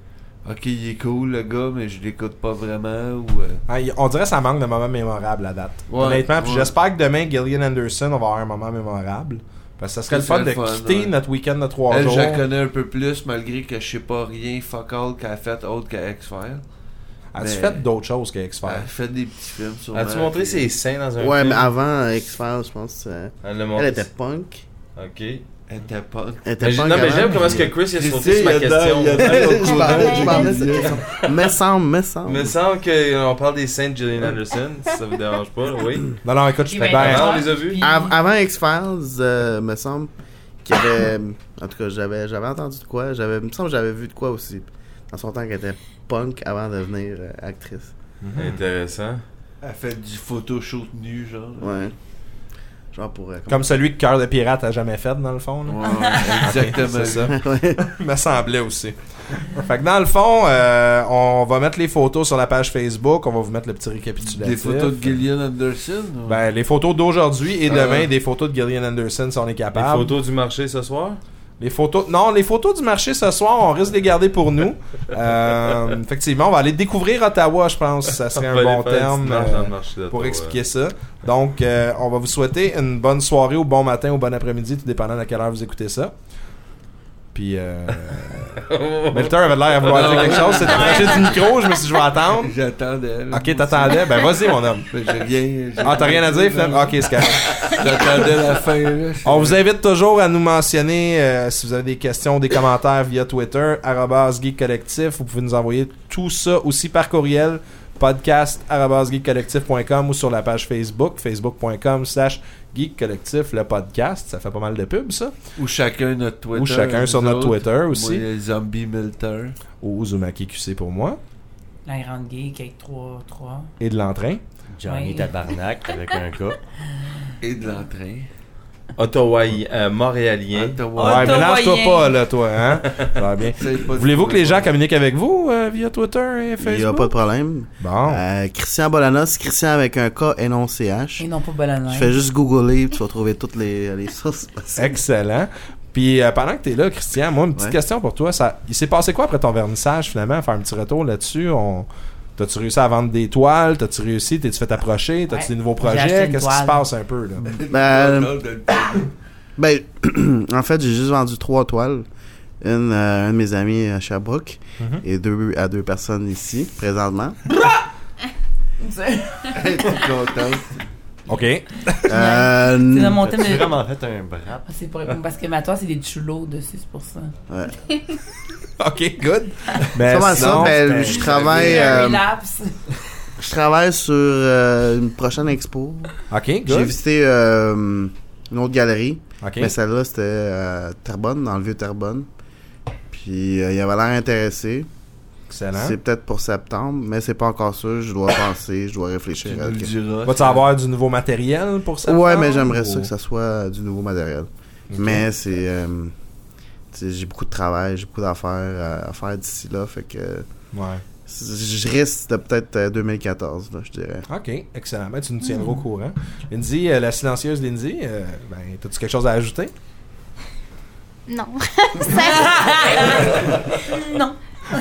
S5: ok, il est cool le gars, mais je l'écoute pas vraiment. Ou, euh,
S1: Ah, y- On dirait que ça manque de moments mémorables à date.
S5: Ouais,
S1: Honnêtement, puis
S5: ouais.
S1: j'espère que demain, Gillian Anderson, on va avoir un moment mémorable. Parce que ça serait le
S5: Ça,
S1: fun de
S5: c'est le fun,
S1: quitter
S5: ouais.
S1: notre week-end de trois
S5: elle,
S1: jours.
S5: je la connais un peu plus, malgré que je sais pas rien fuck all qu'elle a fait autre qu'à X-Files.
S1: As-tu
S5: Mais-
S1: fait d'autres choses que
S5: Elle
S1: X-Files?
S5: fait des petits films sur
S3: As-tu montré ses seins dans un
S4: Ouais,
S3: film?
S4: mais avant euh, X-Files, je pense. euh,
S3: Elle l'a
S4: elle
S3: montré.
S4: était punk.
S3: Ok.
S5: Elle était pas.
S4: Elle était
S3: Mais j'ai-
S4: punk
S3: Ben, non, mais
S4: avant,
S3: j'aime
S4: puis-
S3: comment est-ce que Chris il a
S5: Christy,
S3: sauté sur ma
S5: il adore-
S3: question.
S5: il adore-
S4: Je parlais, je
S6: Ouais.
S4: parlais de cette question. Me semble, me
S3: Il
S4: semble.
S3: me semble qu'on parle des seins de Gillian Anderson, si ça vous dérange pas, oui.
S1: Non, non, écoute, je
S2: Puis
S1: fais
S2: ben,
S1: bien.
S3: on les a vus.
S2: puis-
S4: Av- avant X-Files, euh, me semble qu'il y avait. en tout cas, j'avais, j'avais entendu de quoi. J'avais, me semble que j'avais vu de quoi aussi. Dans son temps qu'elle était punk avant de devenir euh, actrice.
S7: Mm-hmm.
S3: Intéressant.
S5: Elle fait du photoshoot nu, genre.
S4: Ouais. Genre pour. euh,
S1: Comme celui que Cœur de Pirate a jamais fait, dans le fond. là.
S5: Ouais,
S1: C'est
S5: exactement.
S1: ça.
S4: ouais.
S1: me semblait aussi. fait que dans le fond, euh, on va mettre les photos sur la page Facebook. On va vous mettre le petit récapitulatif.
S5: Des photos de Gillian Anderson. ou-
S1: Ben, les photos d'aujourd'hui et demain,
S5: Ah.
S1: des photos de Gillian Anderson si on est
S3: Euh. Les
S1: capable.
S3: photos du marché ce soir?
S1: Les photos. Non, les photos du marché ce soir, on risque de les garder pour nous. Euh, effectivement, on va aller découvrir Ottawa, je pense. Ça serait
S3: On
S1: un
S3: va
S1: bon
S3: aller faire
S1: terme
S3: une petite marche dans
S1: euh,
S3: le marché d'Ottawa.
S1: pour expliquer ça. Donc, euh, on va vous souhaiter une bonne soirée ou bon matin ou bon après-midi, tout dépendant de quelle heure vous écoutez ça. Puis, euh, Melter avait l'air à vouloir dire quelque chose. C'est approché du micro, je me suis dit, je vais attendre.
S5: J'attendais. là,
S1: Ben. Ok,
S5: moi
S1: t'attendais. Ben, vas-y, mon homme.
S5: aussi. Ben, J'ai rien. j'ai-
S1: Ah, t'as rien à dire, finalement? Ok, c'est correct.
S5: J'attendais la fin, là.
S1: On vous invite toujours à nous mentionner euh, si vous avez des questions, des commentaires via Twitter, arrobase Geek Collectif. Vous pouvez nous envoyer tout ça aussi par courriel, podcast arobase geekcollectif.com ou sur la page Facebook, facebook.com slash Geek Collectif, le podcast. Ça fait pas mal de pubs, ça.
S5: Ou chacun notre Twitter.
S1: ou chacun sur
S5: nous
S1: notre
S5: autres.
S1: Twitter
S5: Moi,
S1: aussi.
S5: il y a le Zombie Milter.
S1: Ou Uzumaki QC pour moi.
S2: La grande geek avec 3, 3.
S1: Et de l'entrain.
S7: Johnny
S2: Oui.
S7: Tabarnak avec un cas.
S5: Et de l'entrain.
S3: Ottawa, euh, montréalien.
S5: Ottawa.
S1: Ouais, mélange-toi pas, là, toi, hein. Ça va bien.
S5: C'est pas-
S1: Voulez-vous que les gens communiquent avec vous euh, via Twitter et
S4: Il n'y a
S1: Facebook?
S4: pas de problème.
S1: Bon.
S4: Euh, Christian Bolanos, Christian avec un K et non CH.
S2: Et non pas Bolanin.
S4: Tu fais juste googler, tu vas trouver toutes les, les sources. possibles.
S1: Excellent. Puis euh, pendant que t'es là, Christian, moi, une petite
S4: Ouais.
S1: question pour toi. Ça, il s'est passé quoi après ton vernissage, finalement? Faire un petit retour là-dessus. On... T'as-tu réussi à vendre des toiles? T'as-tu réussi? T'es-tu fait approcher? T'as-tu
S2: Ouais.
S1: des nouveaux
S2: J'ai acheté
S1: projets?
S2: une
S1: Qu'est-ce qui se
S2: toile. Mm.
S1: passe un peu, là?
S5: Non, de-
S4: Ben, Ben, en fait, j'ai juste vendu trois toiles. Une euh, un de mes amis à Sherbrooke
S1: Mhm.
S4: et deux à deux personnes ici, présentement.
S5: Hey, t'es contente.
S1: OK.
S4: Euh,
S2: C'est dans mon thème
S7: T'as
S2: de...
S7: vraiment fait un brap.
S2: Ah, C'est pour- parce que ma toile, c'est des chulots dessus, c'est pour ça.
S1: OK, good. Mais
S4: comment ça?
S1: Euh, sinon,
S4: Ben,
S7: c'était-
S4: je travaille,
S2: Un
S4: euh,
S2: relapse.
S4: je travaille sur euh, une prochaine expo.
S1: OK,
S4: J'ai
S1: good.
S4: visité euh, une autre galerie,
S1: OK.
S4: mais celle-là c'était euh, Terrebonne, dans le vieux Terrebonne. Puis euh, il avait l'air intéressé.
S1: Excellent.
S4: C'est peut-être pour septembre, mais c'est pas encore sûr. Je dois penser, je dois réfléchir.
S5: Tu
S4: à
S5: nous le
S4: quelque-
S5: diras.
S1: Vas-tu avoir du nouveau matériel pour ça?
S4: Ouais, mais j'aimerais ça
S1: Ou-
S4: que ça soit euh, du nouveau matériel.
S1: Oh. Ok.
S4: Mais c'est. euh, tu sais, j'ai beaucoup de travail, j'ai beaucoup d'affaires euh, à faire d'ici là. Fait que.
S1: Ouais.
S4: c- Je risque de peut-être euh, 2014, là, je dirais.
S1: OK, excellent. Ben, tu nous tiendras au courant. Lindsay, euh, la silencieuse Lindsay, euh, ben, t'as-tu quelque chose à ajouter?
S6: Non. C'est- non.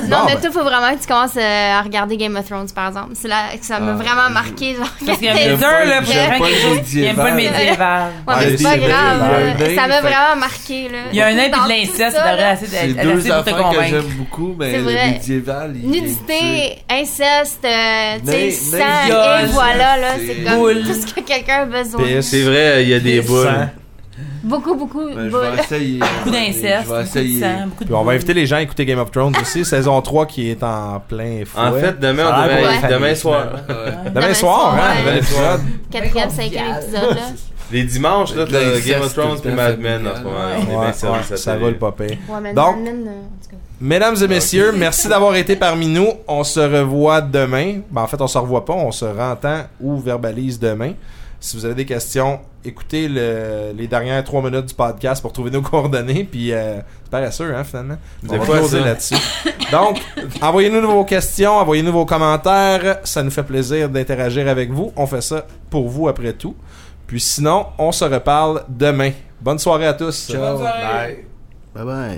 S6: Non, mais
S1: ben.
S6: toi, faut vraiment que tu commences euh, à regarder Game of Thrones, par exemple. C'est là que ça m'a
S5: Ah,
S6: vraiment marqué. Genre,
S2: Parce qu'il y a
S6: Ouais,
S2: des heures, là, pour
S6: j'aime
S2: faire
S5: pas
S2: quelque
S5: le
S2: chose. Il aime pas le
S5: médiéval.
S2: médiéval.
S1: Ah,
S6: mais
S1: c'est
S6: c'est pas
S1: vrai,
S6: grave.
S1: ben,
S6: là. Ça m'a
S5: fait-
S6: vraiment marqué. Là.
S2: Il y a un œil
S6: Dans
S2: puis de
S6: tout
S2: l'inceste,
S6: ça,
S2: il devrait
S6: là.
S2: assez
S5: C'est
S2: d'être-
S5: deux
S2: assez pour te
S5: affaires que
S2: convaincre.
S5: j'aime beaucoup,
S6: C'est
S5: mais
S6: vrai.
S5: le médiéval, il
S6: Nudité, inceste, euh, tu sais,
S5: Mais- mais
S6: sang, et
S2: viol,
S6: voilà, là, c'est
S5: c'est-
S6: comme
S2: Boule.
S6: tout ce que quelqu'un a besoin.
S1: Pisse.
S3: C'est vrai, il y a des
S2: Sang.
S3: boules.
S1: hein?
S6: Beaucoup, beaucoup,
S5: Ben, je
S6: boule.
S5: vais essayer.
S2: Beaucoup d'inceste,
S5: Je vais
S2: beaucoup de
S5: essayer.
S2: sang, beaucoup de
S1: Puis on va
S2: boue.
S1: inviter les gens à écouter Game of Thrones aussi, saison 3 qui est en plein fouet.
S3: En fait, demain, on
S7: Ça a l'air
S3: devrait-
S6: pour la
S3: demain
S7: famille,
S1: hein?
S3: soir.
S5: Ouais.
S1: demain, soir,
S6: Demain soir,
S1: hein,
S6: ouais.
S1: nouvel épisode.
S6: Quatrième, cinquième
S2: Convivial.
S6: épisode, là.
S3: Les dimanches, là,
S5: De
S3: t'as
S5: l'inceste
S3: Game of Thrones
S5: tout
S3: puis
S5: le temps
S3: Mad Men en ce moment.
S5: familial.
S3: On est
S1: Ouais,
S3: bien
S1: ouais,
S3: servis sur la
S1: ça
S3: télé.
S1: va le papé.
S6: Ouais, mais
S1: Donc-
S6: non, non, non, en tout cas.
S1: Mesdames et messieurs, merci d'avoir été parmi nous. On se revoit demain. Ben, en fait, on se revoit pas, on se rentend ou verbalise demain. Si vous avez des questions, écoutez le- les dernières trois minutes du podcast pour trouver nos coordonnées. Puis euh, c'est paresseux, hein, finalement.
S3: Des
S1: On va
S3: fois,
S1: closer
S3: ça.
S1: là-dessus. Donc, envoyez-nous vos questions, envoyez-nous vos commentaires. Ça nous fait plaisir d'interagir avec vous. On fait ça pour vous après tout. Puis sinon, on se reparle demain. Bonne soirée à tous.
S5: Ciao.
S2: Bonne soirée.
S5: Bye.
S4: Bye bye.